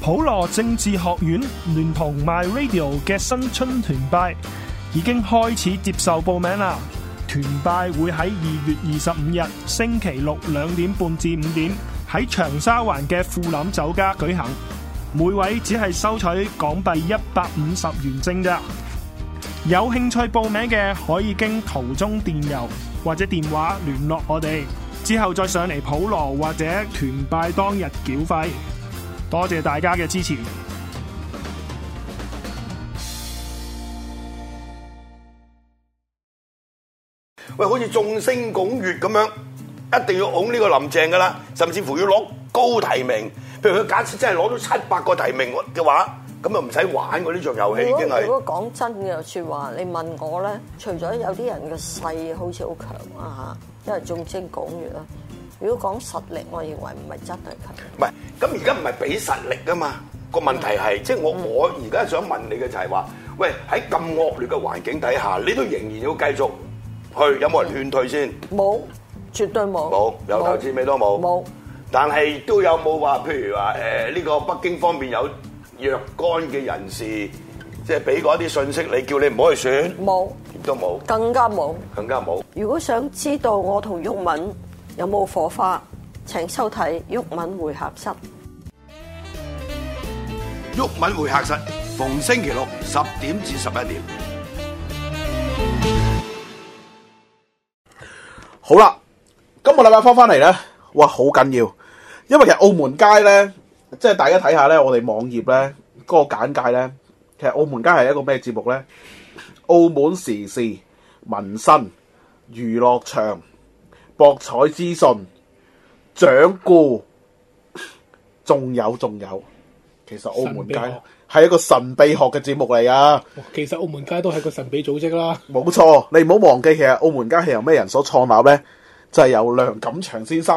普羅政治學院聯同 My Radio 嘅新春團拜已經開始接受報名啦。團拜會喺二月二十五日星期六兩點半至五點喺長沙灣嘅富林酒家舉行，每位只係收取港幣一百五十元正咋。有興趣報名嘅可以經途中電郵或者電話聯絡我哋，之後再上嚟普羅或者團拜當日繳費。多謝大家嘅支持。喂，好似眾星拱月咁樣，一定要拱呢個林鄭噶啦，甚至乎要攞高提名。譬如佢假設真係攞到七百個提名嘅話，咁就唔使玩過呢場遊戲已如果經係如。果講真嘅説話，你問我咧，除咗有啲人嘅勢好似好強啊嚇，因為眾星拱月啦。如果講實力，我認為唔係真係強。唔係，嗯咁而家唔係比實力啊嘛。個問題係，即係我我而家想問你嘅就係話，喂喺咁惡劣嘅環境底下，你都仍然要繼續去，有冇人勸退先？冇，絕對冇。冇，由頭至尾都冇。冇。但係都有冇話，譬如話誒呢個北京方面有若干嘅人士，即係俾過一啲信息你，叫你唔好去選，冇，亦都冇，更加冇。更加冇。如果想知道我同鬱敏有冇火花，請收睇《鬱敏會客室》。鬱敏會客室，逢星期六十點至十一點。好啦，今個禮拜翻翻嚟咧，哇，好緊要，因為其實澳門街咧，即係大家睇下咧，我哋網頁咧嗰、個簡介咧，其實澳門街係一個咩節目咧？澳門時事、民生、娛樂場、博彩資訊、掌故，仲有仲有，其實澳門街神秘學係一個神秘學嘅節目嚟啊！其實澳門街都係個神秘組織啦，冇錯，你唔好忘記，其實澳門街係由咩人所創立呢？就係、由梁錦祥先生，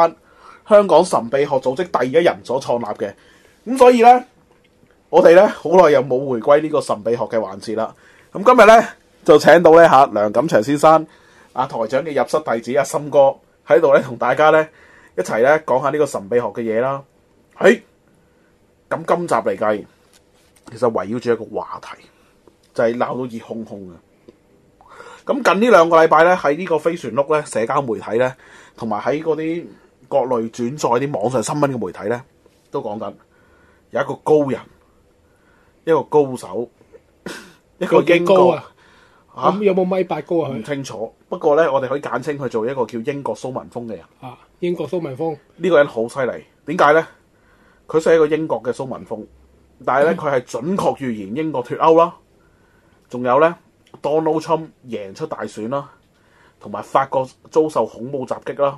香港神秘學組織第一人所創立嘅。咁所以呢，我哋呢好耐又冇回歸呢個神秘學嘅環節啦。咁今日呢，就請到呢吓梁錦祥先生，啊台長嘅入室弟子阿森哥喺度呢，同大家呢一齊呢講下呢個神秘學嘅嘢啦。喺咁今集嚟計，其實圍繞住一個話題，就係、鬧到熱烘烘嘅。咁近呢兩個禮拜咧，喺呢個飛船屋咧、社交媒體咧，同埋喺嗰啲國內轉載啲網上新聞嘅媒體咧，都講緊有一個高人，一個高手，一個佢幾英高國啊？咁有冇米八高啊？唔佢清楚。不過咧，我哋可以簡稱佢做一個叫英國蘇文峰嘅人。啊，英國蘇文峰呢個人好犀利，點解呢？佢寫一個英國嘅蘇文峰，但係咧佢係準確預言英國脱歐啦，仲有呢 Donald Trump 贏出大選啦，同埋法國遭受恐怖襲擊啦，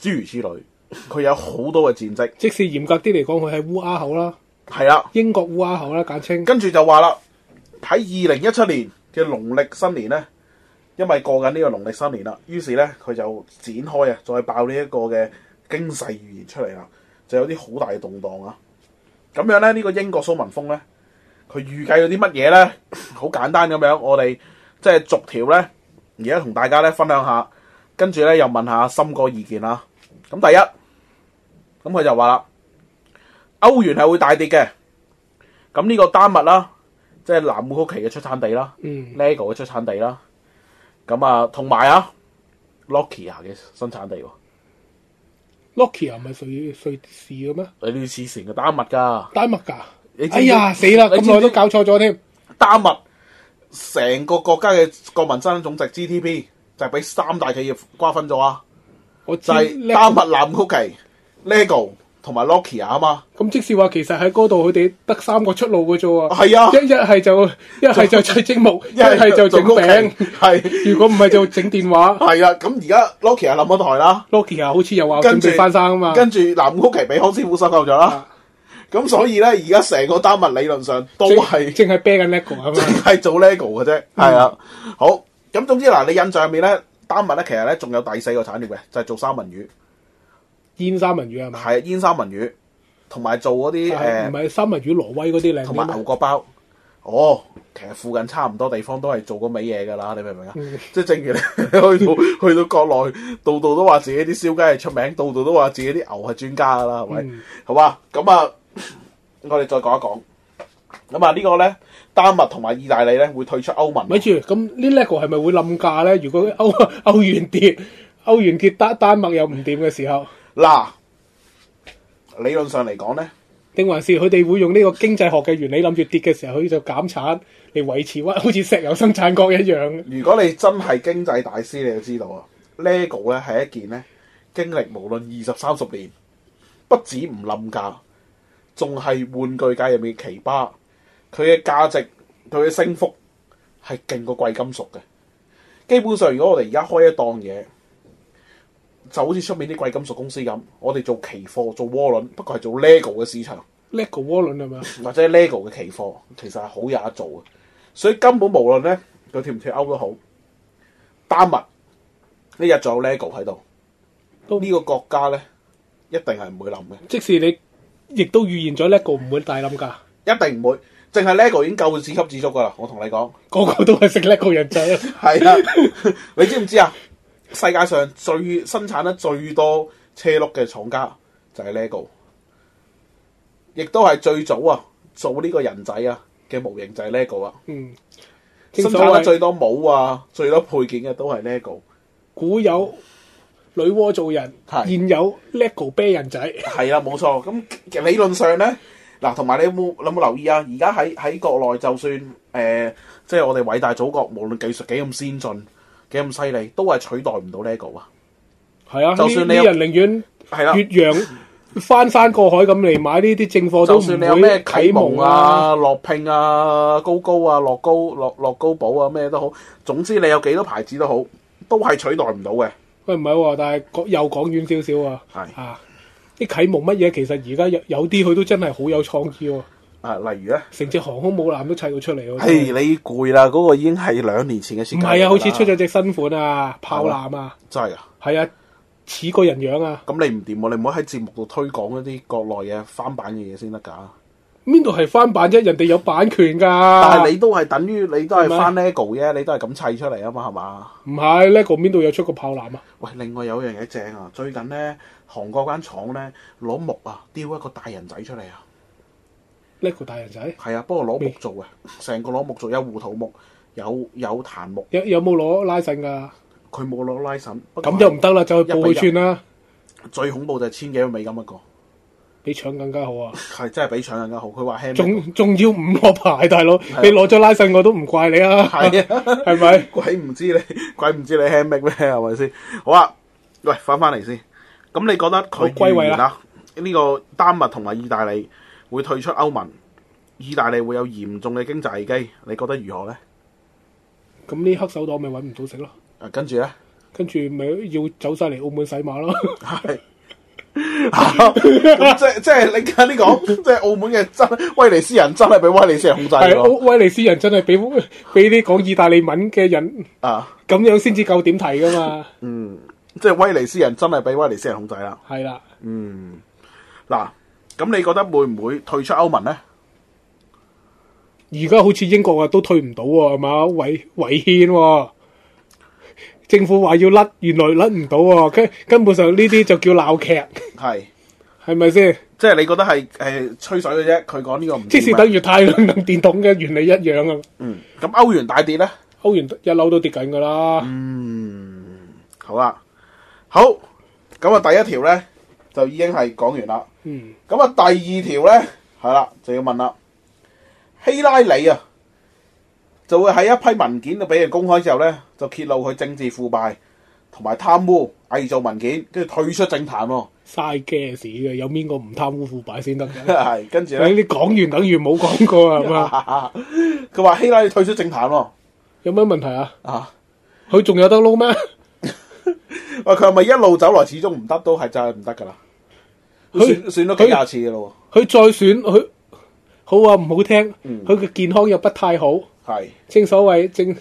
諸如此類，佢有好多嘅戰績，即使嚴格啲嚟講，佢係烏鴉口啦，係啦。英國烏鴉口啦，簡稱。跟住就話啦，喺二零一七年嘅農曆新年呢，因為過緊呢個農曆新年啦，於是呢，佢就展開啊，再爆呢一個嘅經濟預言出嚟啦，就有啲好大嘅動盪啊。咁樣呢，呢、個英國蘇文峰呢，佢預計咗啲乜嘢呢？ 好簡單咁樣，我哋即係逐條呢，而家同大家呢分享下，跟住呢，又問下森哥意見啦。咁第一，咁佢就話啦，歐元係會大跌嘅。咁呢個丹麥啦，即係南烏曲奇嘅出產地啦、嗯， l e g o 嘅出產地啦，咁啊，同埋啊 Nokia 嘅生產地喎， Nokia 唔係瑞瑞士嘅咩？你呢啲黐線嘅丹麥㗎，丹麥㗎？你知唔知哎呀，死啦！你知唔咁知耐都搞錯咗添。丹麥成個國家嘅國民生產總值 GDP 就係俾三大企業瓜分咗啊，我知就係丹麥南曲奇、LEGO 同埋 Nokia 啊嘛，咁即是話，其實喺嗰度佢哋得三個出路嘅啫喎。係啊，一一係就一係就砌積木，一係就整餅。曲奇係如果唔係就整電話。係啦，咁而家 Nokia 冧咗台啦。 Nokia 好似又話跟準住備翻生啊嘛。跟住南曲奇俾康師傅收購咗啦啊。咁所以咧，而家成個丹麥理論上都係 淨係啤緊 lego 啊嘛。係做 lego 嘅啫。嗯係啊，好。咁總之嗱，你印象入面咧，丹麥咧其實咧仲有第四個產業嘅，就係、做三文魚，煙三文魚係啊嘛？係煙三文魚，同埋做嗰啲係誒，唔係三文魚挪威嗰啲靚啲同埋牛咩？角包。哦，其實附近差唔多地方都係做過美嘢㗎啦，你明唔明啊？即係正如你 去到去到國內，度度都話自己啲燒雞係出名，度度都話自己啲牛係專家㗎啦，係咪？嗯好嘛，咁啊，我哋再講一講。咁啊，呢個咧，丹麥同埋意大利咧會退出歐盟。咪住，咁呢 level 係咪會冧價咧？如果歐歐元跌，歐元跌丹丹麥又唔掂嘅時候，嗱，理論上嚟講咧，定還是佢哋會用呢個經濟學嘅原理諗住跌嘅時候，佢就減產嚟維持，哇！好似石油生產國一樣。如果你真係經濟大師，你就知道啊，LEGO 咧係一件咧經歷無論二十三十年，不止唔冧價，仲係玩具界入面嘅奇葩。佢嘅價值，佢嘅升幅係勁過貴金屬嘅。基本上，如果我哋而家開一檔嘢，就好似出面啲貴金屬公司咁，我哋做期貨、做窩輪，不過係做 LEGO 嘅市場。 lego 窩輪係咪啊？或者 LEGO 嘅期貨，其實係好有得做嘅。所以根本無論咧佢脱唔脱歐都好，丹麥呢日仲有 LEGO 喺度，都呢個國家咧一定係唔會冧嘅即使你亦都預言咗 lego 唔會大冧價，，一定唔會。淨係 LEGO 已經夠自給自足噶啦，我同你講。個個都係食 lego 人仔啊！係啦， 你知唔知啊？世界上最生產得最多車轆嘅廠家就係 LEGO，亦都係最早啊做呢個人仔啊嘅模型就係 LEGO 啊。嗯，生正所產得謂最多帽啊，最多配件嘅都係 LEGO。古有女娲做人，係現有 lego 啤人仔。係啦，冇錯。咁其實理論上咧，嗱，同埋你有冇有冇留意啊？而家喺喺國內，就算誒、呃即係我哋偉大祖國，無論技術幾咁先進，幾咁犀利，都係取代唔到 LEGO 啊。係啊，就算呢你有啲人寧願係啦，越洋翻山過海咁嚟買呢啲正貨就都唔算你有咩會啟啟蒙蒙啊！啊、樂拼啊、高高啊、樂高、樂樂高寶啊，咩都好，總之你有幾多牌子都好，都係取代唔到嘅。喂，唔係喎，但係講又講遠少少啊，係啊，啲啟蒙乜嘢其實而家有有啲佢都真係好有創意喎，啊，例如咧，成隻航空母艦都砌到出嚟喎。誒真係你攰啦，嗰、個已經係兩年前嘅設計唔嚟㗎啦。係啊，好似出咗隻新款啊，炮艦啊，真係啊！係啊，似個人樣啊。咁你唔掂喎，你唔好喺節目度推廣一啲國內嘅翻版嘅嘢先得啊㗎。邊度係翻版啫？人哋有版權㗎。但係你都係等於你都係係咪翻 LEGO 啫，你都係咁砌出嚟啊嘛，係嘛？唔係 LEGO 邊度有出過炮艦啊？喂，另外有樣嘢正啊，最近咧韓國間廠咧攞木啊雕一個大人仔出嚟啊， lego 大人仔係啊，不過攞木做嘅，成個攞木做，有胡桃木，有有檀木，有有冇攞拉繩㗎？佢冇攞拉繩，不過咁就唔得啦，就去報佢串啦。最恐怖就係千幾美金一個，比搶更加好啊！係真係比搶更加好。佢話 hand 仲仲要唔落牌，大佬，啊你攞咗拉細我都唔怪你啊，係啊。 係咪？ 鬼唔知你， 鬼唔知你 handmade 咩？係咪先？好啊，喂，翻翻嚟先。咁你覺得好佢歸位啦啦？呢個丹麥同埋意大利會退出歐盟，意大利會有嚴重嘅經濟危機，你覺得如何呢？咁呢黑手黨咪揾唔到食咯，啊，跟住呢？跟住咪要走晒嚟澳門洗馬咯。係。 咁即即係你簡啲講，即係澳門嘅真威尼斯人真係俾威尼斯人控制係咗奧威尼斯人真係俾俾啲講意大利文嘅人啊！嗯咁樣先至夠點睇噶嘛？即係威尼斯人真係俾威尼斯人控制啦。係啦，嗯，嗱，咁你覺得會唔會退出歐盟呢？而家好似英國啊都退唔到喎，係嘛？違違憲喎。政府話要甩，原來甩唔到喎，根根本上呢啲就叫鬧劇，係。係咪先？即係你覺得係誒、呃吹水嘅啫，佢講呢個唔即是掂啊等於太陽能電筒嘅原理一樣啊！嗯，咁歐元大跌咧，歐元一樓都跌緊㗎啦，好啦，好咁啊，第一條咧就已經係講完啦。嗯，咁啊，第二條咧係啦，就要問啦，希拉里啊，就會喺一批文件度俾人公開之後咧，就揭露佢政治腐敗同埋貪污、偽造文件，跟住退出政壇喎、嘥 gas 嘅，啊有邊個唔貪污腐敗先得嘅？ 係啊跟住你咧， 你講完等於冇講過啊係 嘛？佢話希拉里退出政壇喎、有咩問題啊？啊！佢仲有得撈咩？喂，哦佢係咪一路走來始終唔得都係就係唔得㗎啦？佢佢選選咗幾廿次㗎咯佢再選佢好話唔好聽，佢嘅健康又不太好。喎，係正所謂正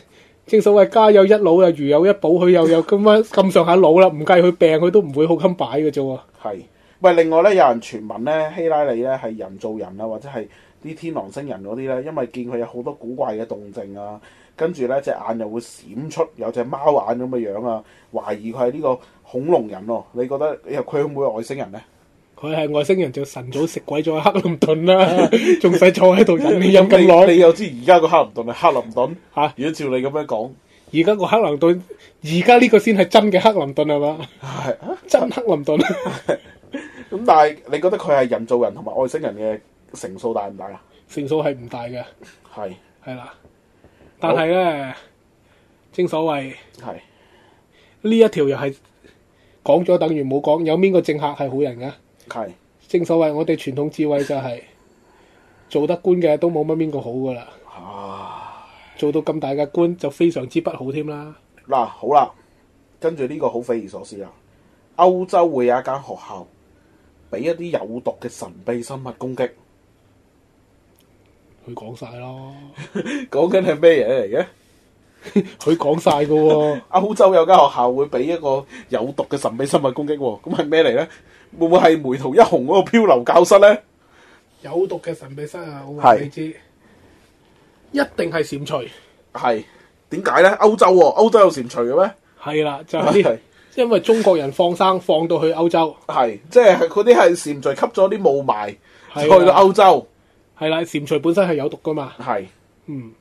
正所謂家有一老啊，如有一寶，佢又有咁樣咁上下老啦，唔計佢病，佢都唔會好襟擺嘅啫喎。係。喂，另外咧，有人傳聞咧，希拉里咧係人造人啊，或者係啲天狼星人嗰啲咧，因為見佢有好多古怪嘅動靜啊，跟住咧隻眼又會閃出有隻貓眼咁嘅樣啊，懷疑佢係呢個恐龍人喎、你覺得你話佢會唔會係外星人 咧？佢係外星人就晨早食鬼咗克林 頓啦，仲使坐喺度飲飲咁咁你耐你又知而家個克林頓係克林頓嚇？如果照你咁樣講，而家個克林頓，而家呢個先係真嘅克林頓係嘛？ 係啊真克林頓咁但係你覺得佢係人造人同埋外星人嘅成數大唔大啊？成數係唔大嘅，係係啦。但係咧，正所謂係呢一條又係講咗等於冇講，有邊個政客係好人㗎？係正所謂我哋傳統智慧就係、做得官嘅都冇乜邊個好㗎啦，啊！做到咁大嘅官就非常之不好添啦。嗱，好啦，跟住呢個好匪夷所思啦。歐洲會有一間學校俾一啲有毒嘅神秘生物攻擊，佢講晒咯， 講緊係咩嘢嚟嘅？佢講晒㗎喎。歐洲有間學校會俾一個有毒嘅神秘生物攻擊喎，咁係咩嚟呢？會唔會係梅圖一雄嗰個漂流教室呢？ 有毒嘅神秘室啊！我話係你知，一定係蟾蜍，係點解呢？歐洲喎、歐洲有蟾蜍嘅咩？係啦，就係、呢係，因為中國人放生放到去歐洲，係即係嗰啲係蟾蜍吸咗啲霧霾，係啊去到歐洲，係啦，蟾蜍本身係有毒噶嘛，係嗯，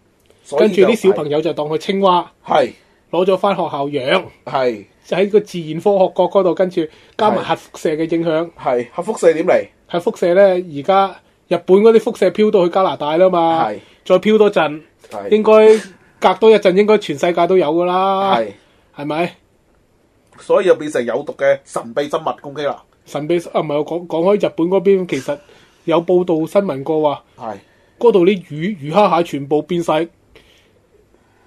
所以跟住就啲小係朋友就當佢青蛙，係攞咗翻學校養，係就喺個自然科學角嗰度，跟住加埋係核輻射嘅影響，係核輻射點嚟？核輻射咧而家日本嗰啲輻射飄到去加拿大啦嘛係，再飄多陣，係應該隔多一陣應該全世界都有噶啦，係。係咪？所以又變成有毒嘅神秘生物攻擊啦。神秘啊，唔係我講講開日本嗰邊，其實有報道新聞過話，係嗰度啲魚魚蝦蟹全部變晒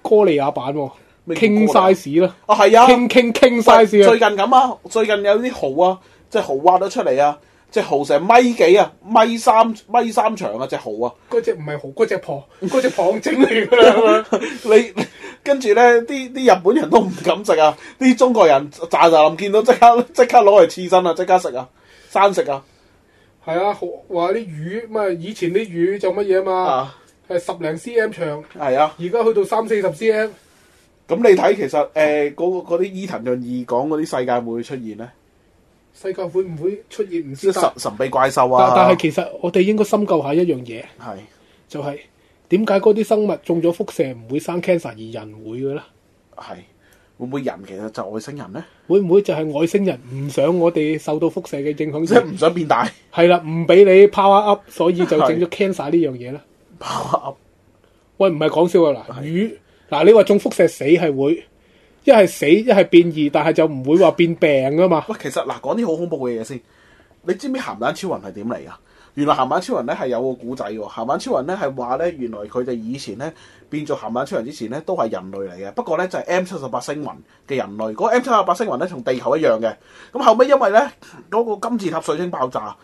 哥利亞版喎，咩叫傾哥利亞 size 啦，啊，係啊，傾傾傾喂最 size 啊，近咁啊，最近有啲蠔啊，隻蠔挖咗出嚟啊，隻蠔成米幾啊，米三米三長啊，隻蠔啊， 嗰只唔係蠔，嗰只蚌，嗰只蚌精嚟㗎啦， 你你跟住咧，啲啲日本人都唔敢食啊，啲中國人咋咋臨見到即刻即刻攞嚟刺身啊，即刻食啊，生食啊，係啊，好話啲魚咪以前啲魚就乜嘢嘛，啊，係十零 cm 長，係啊，而家去到三四十 cm，咁你睇其實誒嗰嗰啲伊藤潤二講嗰啲世界會唔會出現咧？世界會唔會出現唔即知？神但神秘怪獸啊，但係其實我哋應該深究下一樣嘢。係就係點解嗰啲生物中咗輻射唔會生 cancer 而人會嘅咧？係會唔會人其實就外星人咧？會唔會就係外星人唔想我哋受到輻射嘅影響？即係唔想變 大， 係啦，唔俾你 power up，所以就整咗 cancer 呢樣嘢咧。爆喂，唔係講笑啊！嗱，魚嗱，你話中輻射死係會，一係死一係變異，但係就唔會話變病啊嘛。喂，其實嗱，講啲好恐怖嘅嘢先。你知唔知鹹蛋超人係點嚟噶？原來鹹蛋超人咧係有個古仔喎。鹹蛋超人咧係話咧，原來佢哋以前咧變做鹹蛋超人之前咧都係人類嚟嘅，不過咧就係 M 七十八星雲嘅人類。嗰、個 M 七十八星雲咧同地球一樣嘅。咁後尾因為咧嗰、個金字塔水晶爆炸，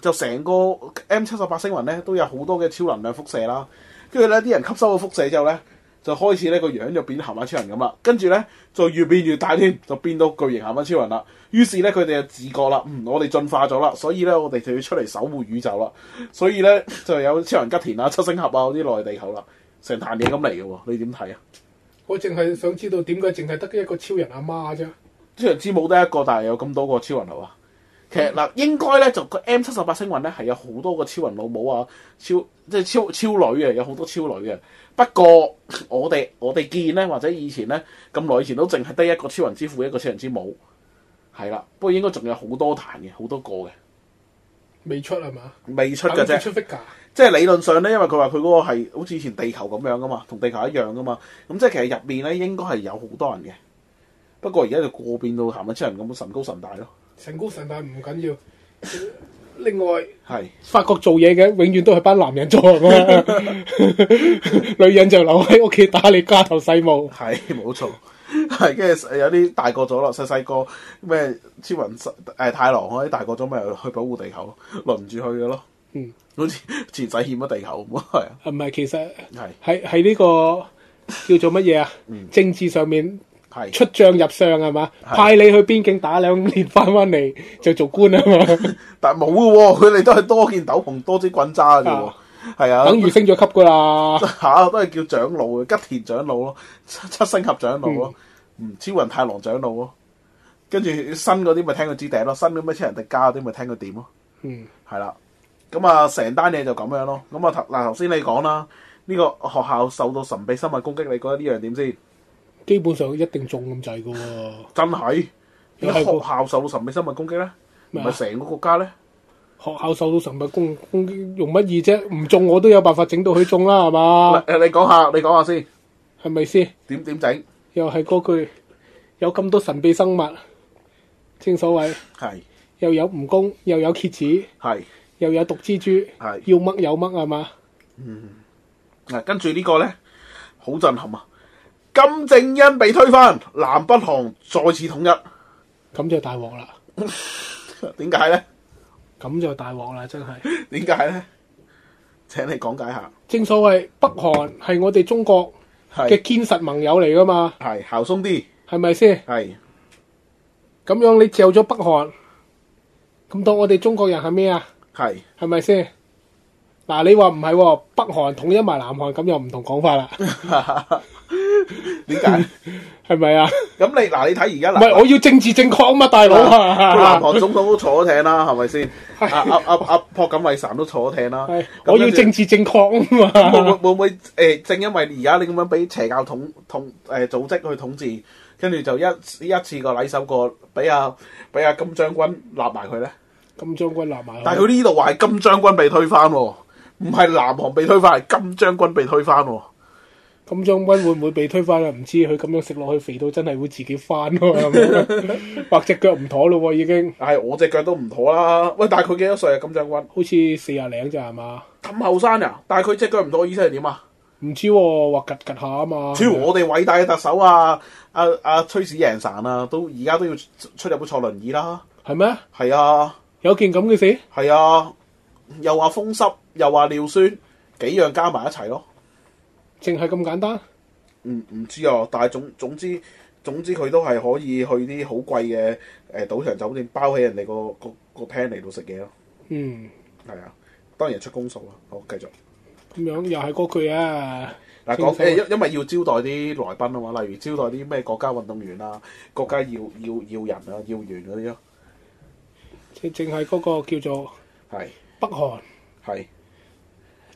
就成個 M 七十八星雲咧都有好多嘅超能量輻射啦。跟住咧啲人吸收咗輻射之後咧，就開始咧個樣就變鹹蛋超人咁啦。跟住咧就越變越大添，就變到巨型鹹蛋超人啦。於是咧佢哋就自覺啦，嗯，我哋進化咗啦，所以咧我哋就要出嚟守護宇宙啦。所以咧就有超人吉田啊、七星俠啊嗰啲落嚟地球啦，成壇嘢咁嚟嘅喎，你點睇啊？我淨係想知道點解淨係得一個超人阿媽啫。超人之母得一個，但係有咁多個超人係嘛？其實嗱，應該咧就個 M 七十八星雲咧係有好多個超人老母啊，超即係超超女嘅，有好多超女嘅。不過我哋我哋見咧，或者以前咧咁耐以前都淨係得一個超人之父，一個超人之母，係啦。不過應該仲有好多壇嘅，好多個嘅，未出係嘛？未出嘅啫。出 figure 即係理論上咧，因為佢話佢嗰個係好似以前地球咁樣噶嘛，同地球一樣噶嘛。咁即係其實入面咧應該係有好多人嘅。不過而家就個變到鹹蛋超人咁神高神大咯，成高神大唔緊要。另外。係。法國做嘢嘅永遠都係班男人做啊 嘛，女人就留喺屋企打理家頭細務。係冇錯，係跟住有啲大個咗咯，細細個咩超人誒太郎嗰啲大個咗咪去保護地球咯，輪住去嘅咯。嗯，好似前世欠咗地球咁啊，係啊，啊唔係，其實係喺喺呢個叫做乜嘢啊？政治上面係出將入相係嘛？係派你去邊境打兩年翻翻嚟就做官啊嘛。 但係冇嘅喎，佢哋都係多件斗篷多支棍揸嘅啫喎啊。係啊，等於升咗級噶啦。 下都係叫長老嘅，吉田長老咯，七七星俠長老咯，嗯，超人太郎長老咯，跟住新嗰啲咪聽佢指笛咯，新嗰咩超人迪迦嗰啲咪聽佢點咯，嗯，係啦，咁啊成單嘢就咁樣咯，咁啊頭嗱頭先你講啦，呢、個學校受到神秘生物攻擊，你覺得呢樣點先？基本上一定中咁滯噶喎。真係你點解係學個校受到神秘生物攻擊咧？唔咩啊係成個國家咧？學校受到神秘攻攻擊，用乜嘢啫？唔中我都有辦法整到佢中啦，係嘛嗱？誒你講下，你講下先，係咪先？點點整？又係嗰句，有咁多神秘生物，正所謂係又有蜈蚣，又有蝎子，係。又有毒蜘蛛，係要乜有乜係嘛？嗱，跟住呢個呢，好震撼啊！金正恩被推翻，南北韓再次統一，咁就大鑊啦！點解呢？咁就大鑊啦，真係。點解呢？請你講解下。正所謂北韓係我哋中國嘅係堅實盟友嚟噶嘛，係效松啲，係咪先？係咁樣你嚼咗北韓，咁當我哋中國人係咩啊？係 係咪先？嗱，你話唔係喎，北韓統一埋南韓，咁又唔同講法 啦，點解？係咪啊？咁你嗱，你睇而家唔係嗱，我要政治正確啊嘛，大佬南啊！韓總統都坐咗艇啦，係咪先？阿阿阿阿朴槿惠神都坐咗艇啦係。咁我要跟住政治正確啊會 會 嘛，會唔會誒？正因為而家你咁樣俾邪教統統誒組織去統治，跟住就一一次過禮手過俾阿俾阿金將軍立埋佢咧。咁將軍立埋但係佢，佢呢度話係金將軍被推翻喎，唔係南韓被推翻，係金將軍被推翻喎。咁將軍會唔會被推翻啊？唔知佢咁樣食落去，肥到真係會自己翻 喎，係咪或隻腳唔妥咯喎，已經係我只腳都唔妥啦。喂，但係佢幾多歲啊？金將軍好似四廿零咋係嘛？咁後生啊！但係佢只腳唔妥，意思係點啊？唔知喎，話趌趌下啊嘛。超我哋偉大嘅特首啊，阿阿崔氏贏神啊，都而家都要出出日本坐輪椅啦。係咩？係啊。有件咁嘅事？係啊，又話風濕，又話尿酸，幾樣加埋一齊咯。淨係咁簡單？唔唔知啊，但係總總之總之佢都係可以去啲好貴嘅誒賭場酒店包起人哋個個個廳嚟到食嘢咯。嗯，係啊，當然係出公數啦。好，繼續咁樣又係嗰句啊。嗱正講所謂誒，因因為要招待啲來賓啊嘛，例如招待啲咩國家運動員啊、國家要要要人啊、要員嗰啲咯。即係淨係嗰個叫做係北韓，係。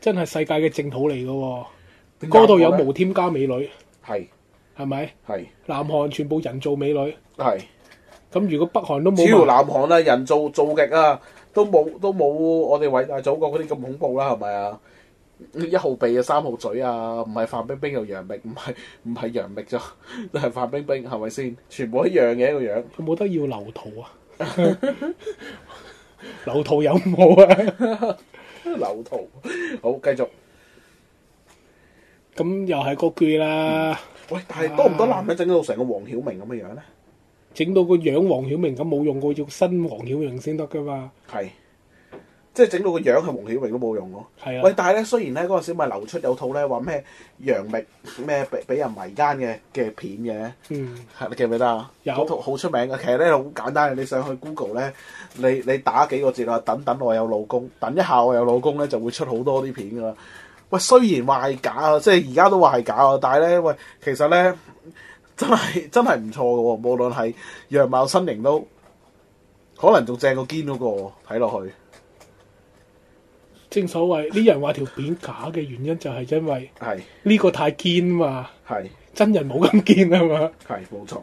真係世界嘅淨土嚟嘅喎。點解嗰度有我呢無添加美女，係係咪？係南韓全部人造美女，係。咁如果北韓都只要冇埋，南韓啊，人造造極啊，都冇都冇我哋偉大祖國嗰啲咁恐怖啦，係咪啊？一號鼻啊，三號嘴啊，唔係范冰冰又楊冪，唔係唔係楊冪咋，就係范冰冰，係咪先？全部一樣嘅個樣，有冇得要流圖啊？ 流圖有冇啊？ 流圖。好，繼續。咁又係嗰句啦，喂，但啊係多唔多男人整到成個黃曉明咁嘅樣咧？整到個樣黃曉明咁冇用過，要新黃曉明先得噶嘛？係，即係整到個樣係黃曉明都冇用咯。係喂，啊，但係咧，雖然咧嗰陣時咪流出有套咧話咩楊冪咩俾俾人迷奸嘅嘅片嘅。嗯，係你記唔記得啊？有嗰套好出名嘅，其實咧好簡單嘅。你上去 Google 咧，你你打幾個字啦，等等我有老公，等一下我有老公咧，就會出好多啲片噶啦。喂，雖然話係假啊，即係而家都話係假啊，但係咧，喂，其實咧真係真係唔錯嘅喎，無論係樣貌身形都可能仲正過堅嗰個喎睇落去， 正所謂呢人話條片假嘅原因就係因為係呢個太堅嘛，係。真人冇咁堅啊嘛。係冇錯，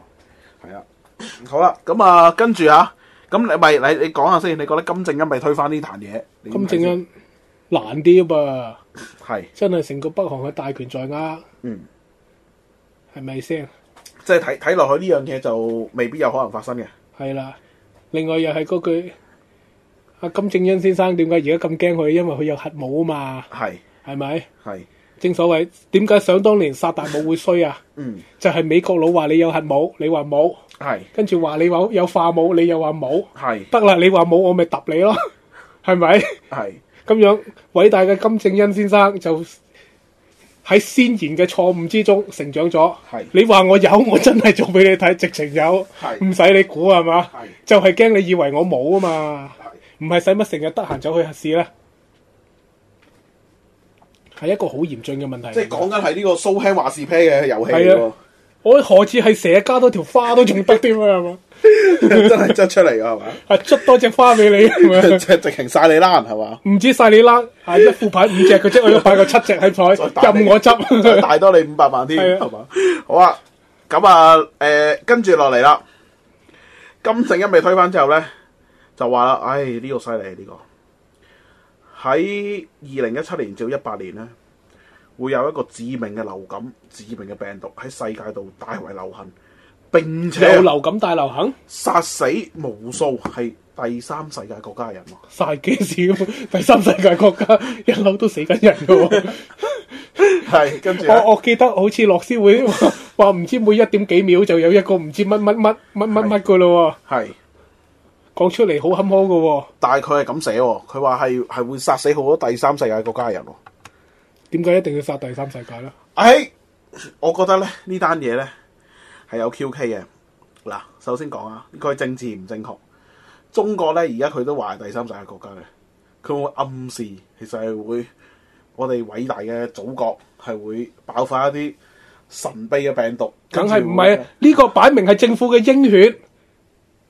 係啊。好啦，咁啊，跟住啊，咁你咪你你講下先，你覺得金正恩咪推翻呢壇嘢？你點金睇正先恩難啲啊噃，係真係成個北韓嘅大權在握，嗯，係咪先？即係睇睇落去呢樣嘢就未必有可能發生嘅。係啦，另外又係嗰句，阿金正恩先生點解而家咁驚佢？因為佢有核武啊嘛，係係咪？係正所謂點解想當年薩達姆會衰啊？ 嗯就係、美國佬話你有核武，你話冇，係跟住話你話有化武，你又話冇，係得啦，你話冇我咪揼你咯，係咪？係咁樣偉大嘅金正恩先生就喺先賢嘅錯誤之中成長咗係。你話我有，我真係做俾你睇，直情有，係唔使你估啊係嘛係？就係驚你以為我冇啊嘛，係唔係使乜成日得閒走去核試咧？係一個好嚴峻嘅問題嚟嘅。即係講緊係呢個蘇輕話事啤嘅遊戲嚟係喎啊，我何止係成日加多條花都仲得添啊？係嘛， 真係執出嚟㗎係嘛？ 係捽多隻花俾你咁即 樣係直情晒你啦，係嘛？唔止晒你啦，係一副牌五隻嘅啫，我要派個七隻喺再台，打你任 我再執。大多你五百萬添，係啊係嘛？好啊，咁啊，誒、跟住落嚟啦，金正一被推翻之後咧，就話啦，唉，呢、個犀利呢個，喺二零一七年至一八年咧，會有一個致命嘅流感、致命嘅病毒喺世界度大為流行，並且有流感大流行，殺死無數係第三世界國家嘅人喎。 晒幾時咁？第三世界國家一路都死緊人嘅喎。係跟住呢我我記得好似樂師會話話唔知每一點幾秒就有一個唔知乜乜乜乜乜乜嘅咯係。喎，講出嚟好坎坷嘅喎。但係佢係咁寫喎，佢話係係會殺死好多第三世界國家嘅人喎。點解一定要殺第三世界咧？哎，我覺得咧呢單嘢咧係有 QK 嘅。嗱，首先講啊，佢政治唔正確。中國咧而家佢都話係第三世界國家嘅，佢會暗示其實係會我哋偉大嘅祖國係會爆發一啲神秘嘅病毒，梗係唔係啊？呢個擺明係政府嘅鷹血，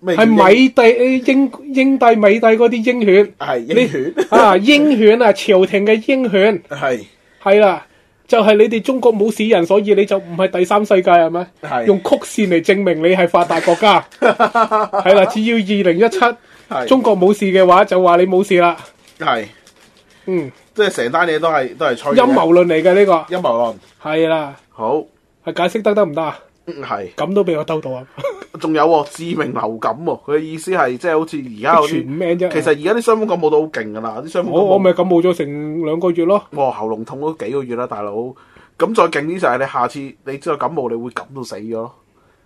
跟住會係咩叫英米帝英英帝米帝嗰啲鷹血。係英你犬啊，鷹犬啊，朝廷嘅鷹犬係係啦，就係、你哋中國冇市人，所以你就唔係第三世界係咪？係用曲線嚟證明你係發達國 家係啦，只要二零一係七中國冇事嘅話，就話你冇事啦。係嗯，即係成單嘢都係都係吹嘅陰謀論嚟嘅呢個陰謀論係啦，好係解釋得得唔得啊？嗯係。咁都俾我兜到啊！仲有喎、致命流感喎、佢嘅意思係即係好似而家嗰 全啲，名啫。啊其實而家啲傷風感冒都好勁㗎啦，啲傷風感冒我我咪感冒咗成兩個 月咯。哇喉嚨痛都幾個月啦，大佬。咁再勁啲就係你下次你知道感冒，你會感到死咗咯。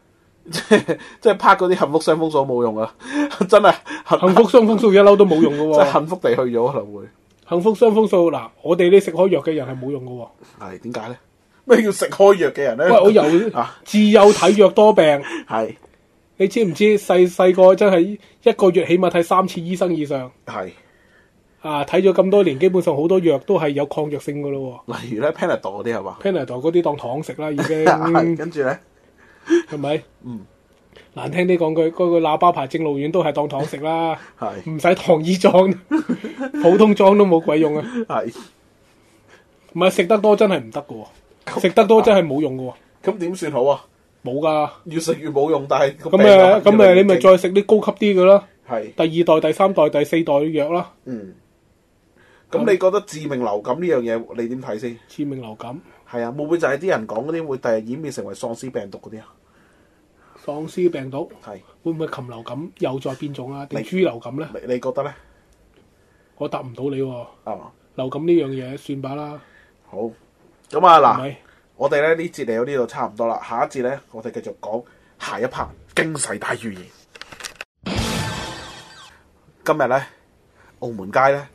即係即係拍嗰啲幸福傷風素冇用啊！ 真係幸幸福 傷風素一嬲都冇用嘅即係喎，幸福地去咗可能會幸福傷風素嗱，我哋呢食開藥嘅人係冇用嘅 喎。係點解咧？咩叫食開藥嘅人咧？喂，我由 啊自幼體弱多病，係你知唔知細細個真係一個月起碼睇三次醫生以上係，啊！睇咗咁多年，基本上好多藥都係有抗藥性嘅咯例如咧 Panadol 嗰啲係嘛喎。？Panadol 嗰啲當糖食啦，已 經係跟住咧係咪？嗯。難聽啲講句，嗰、個喇叭牌正路丸都係當糖食啦，係唔使糖 衣裝，普通裝都冇鬼用啊！係唔係食得多真係唔得嘅喎，食得多真係冇用嘅喎，咁點算好啊？冇㗎。越食越冇用，但係個咁病又誒，係咁越嚟誒，越你咪勁再食啲高級啲嘅啦，係第二代、第三代、第四代嘅藥啦，嗯。咁你覺得致命流感呢樣嘢你點睇先？致命流感、係啊，會唔會就係啲人講嗰啲會第日演變成為喪屍病毒嗰啲啊？喪屍病毒，係會唔會禽流感又再變種啊？定你豬流感咧？你你覺得咧？我答唔到你喎，啊嘛流感呢樣嘢算吧啦，好咁啊係嗱，咪？我哋咧呢節嚟到呢度差唔多啦，下一節咧我哋繼續講下一 part 驚世大預言。今日咧澳門街咧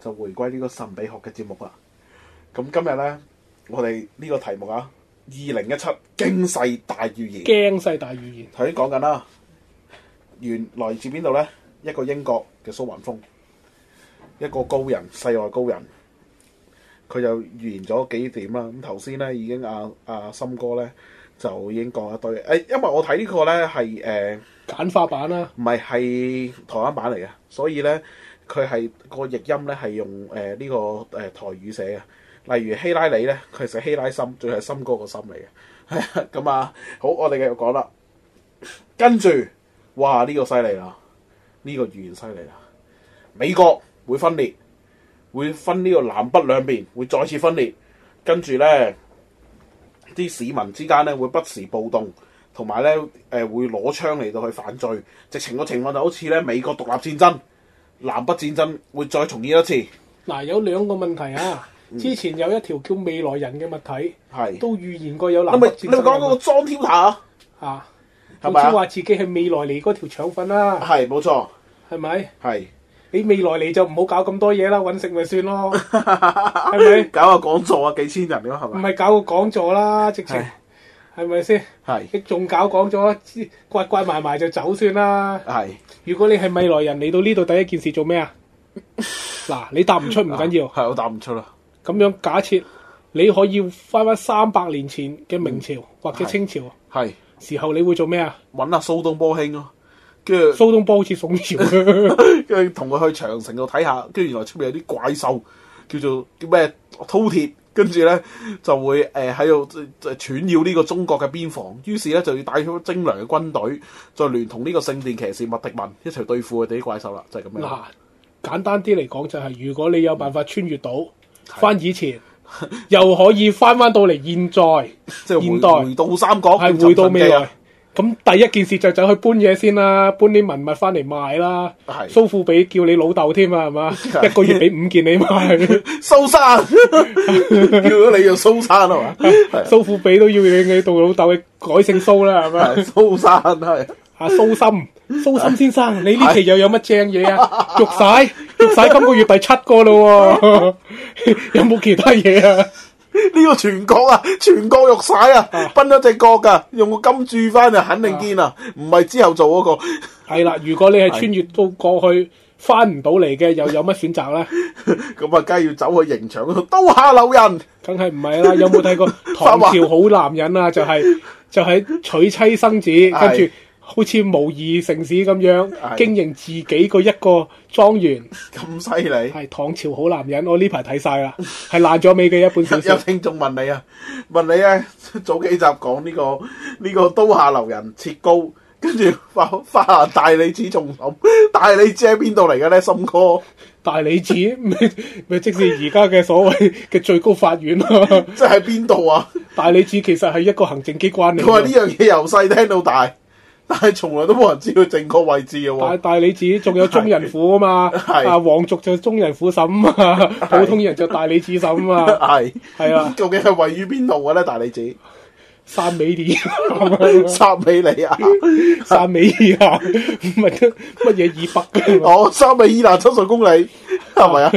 就回歸呢個神秘學嘅節目啦。咁今日咧我哋呢個題目啊，二零一七驚世大預言。驚世大語言，頭先講緊啦，原來自邊度咧？一個英國嘅蘇雲峰，一個高人世外高人，佢就預言咗幾點啦。咁頭先咧已經阿阿森哥咧就已經講一堆，誒、因為我睇呢個咧係誒簡化版啊啦，唔係係台灣版嚟嘅，所以咧佢係個譯音咧係用呃誒呢、個誒、台語寫嘅。例如希拉里咧，佢係寫希拉森，最係森哥個森嚟嘅。 係啊咁啊，好，我哋繼續講啦。跟住，哇！呢、個犀利啦，呢、個語言犀利啦。美國會分裂，會分呢個南北兩邊，會再次分裂。跟住咧，啲市民之間咧會不時暴動，同埋咧誒會攞槍嚟到去犯罪。直情個情況就好似咧美國獨立戰爭、南北戰爭會再重演一次，嗱有兩個問題啊，嗯之前有一條叫未來人嘅物體係。都預言過有你南嗯咪北你戰咪爭講嗰個啊裝 t 啊？嘛啊，係總咪啊之話自己係未來嚟嗰條腸粉啦，係冇錯，係咪？係你未來嚟就唔好搞咁多嘢啦，揾食咪 算咯，係咪搞個講座啊，幾千人咯，係唔咪？係搞個講座啦，直情係係咪先？係你仲搞講座，刮刮埋埋就走算啦。係如果你係未來人嚟到呢度，第一件事做咩啊？嗱，你答唔出唔緊要，係我答唔出啦，咁樣假設你可以翻翻三百年前嘅明朝或者清朝係時候，你會做咩啊？揾阿蘇東坡興咯，跟住蘇東坡好似宋朝嘅跟住同佢去長城度睇下，跟住原來出面有啲怪獸叫做叫咩饕餮。跟住咧就會誒喺度誒誒擾呢個中國嘅邊防，於是咧就要帶出精良嘅軍隊，再聯同呢個聖殿騎士麥迪文一齊對付佢哋啲怪獸啦，就係、咁樣。嗱，簡單啲嚟講就係、如果你有辦法穿越到翻以前， 又可以翻翻到嚟現在。即係現回代回到三國，係回到未來。咁第一件事就走去搬嘢先啦，搬啲文物翻嚟賣啦。係蘇富比叫你老豆添啊，係嘛？一個月俾五件你買，蘇 山，叫咗你做蘇山係嘛？係啊蘇富比都要你你做老豆去改姓蘇啦，係咪？係蘇山係阿蘇心，蘇心先生，你呢期又有乜正嘢啊？玉璽，玉璽今個月第七個咯喎， 有冇其他嘢啊？呢個全國啊，全國玉璽啊，分咗隻角㗎，用個金鑄翻就肯定堅啊，唔係之後做嗰係啦，如果你係穿越到過去翻唔到嚟嘅，又 有乜選擇咧？個， 咁啊，梗係要走去刑場嗰度刀下留人，梗係唔係啦？有冇睇 過唐朝好男人啊？就係、就係、娶妻生子，跟住好似模擬城市咁樣係經營自己個一個莊園。咁犀利。係唐朝好男人，我呢排睇晒啦，係爛咗尾嘅一本小有有説。聽眾問你啊，問你咧早幾集講呢、個呢、個刀下留人切糕，跟住花花下大理寺重審，大理寺喺邊度嚟嘅咧？森哥。大理寺 咪咪即是而家嘅所謂 嘅最高法院 咯。即係邊度啊？大理寺其實係一個行政機關嚟佢話呢嘅。樣嘢由細聽到大，但係從來都冇人知道正確位置嘅大喎。大理寺仲有中人府啊嘛， 係啊皇族就中人府審啊， 普通人就大理寺審啊。係 係啊究竟係位於邊度嘅咧？大理寺、三美年，啊撒美啊利亞， 三美以下，唔係得乜嘢啊以北 嘅，哦，撒美伊拿七十公里，係咪啊？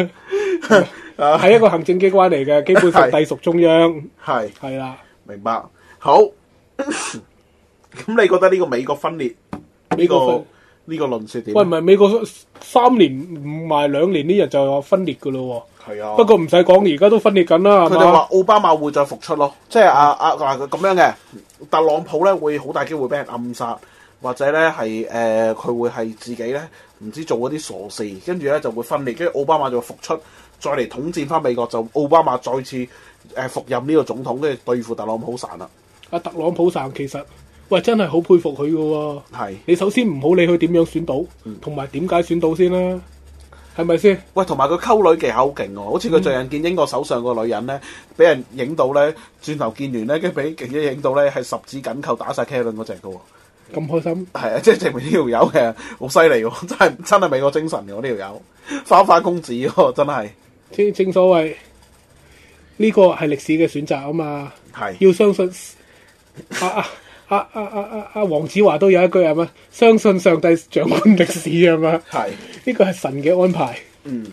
啊，係一個行政機關嚟嘅，基本上隸屬中央，係係啦。明白。好， 咁你覺得呢個美國分裂呢美國個分呢個論説點喂，唔啊？係美國三年唔埋兩年呢日就話分裂嘅咯係啊喎，不過唔使講，而家都分裂緊啦，係佢哋嘛話？奧巴馬會再復出咯，即係啊啊嗱咁樣嘅，特朗普咧會好大機會俾人暗殺，或者咧係誒佢會係自己咧唔知做嗰啲傻事，跟住咧就會分裂，跟住奧巴馬就會復出，再嚟統戰翻美國，就奧巴馬再次誒、呃復任呢個總統，跟住對付特朗普散啦，阿特朗普省其實喂真係好佩服佢嘅喎。係。嗯你首先唔好理佢點樣選到，同埋點解選到先啦，係咪先？喂，同埋佢溝女技巧好勁喎，好似佢最近見英國首相個女人咧，俾人影到咧，轉頭見完咧，跟住俾記者影到咧係十指緊扣打晒 Karen 嗰只嘅喎。咁開心，係啊，即係證明呢條友嘅好犀利喎， 真係真係美國精神嘅我呢條友，花花公子喎，真係正正所謂呢個係歷史嘅選擇啊嘛。係要相信啊阿阿阿阿阿阿阿啊黃子華都有一句係咪？相信上帝掌管歷史係嘛？係呢個係神嘅安排。嗯。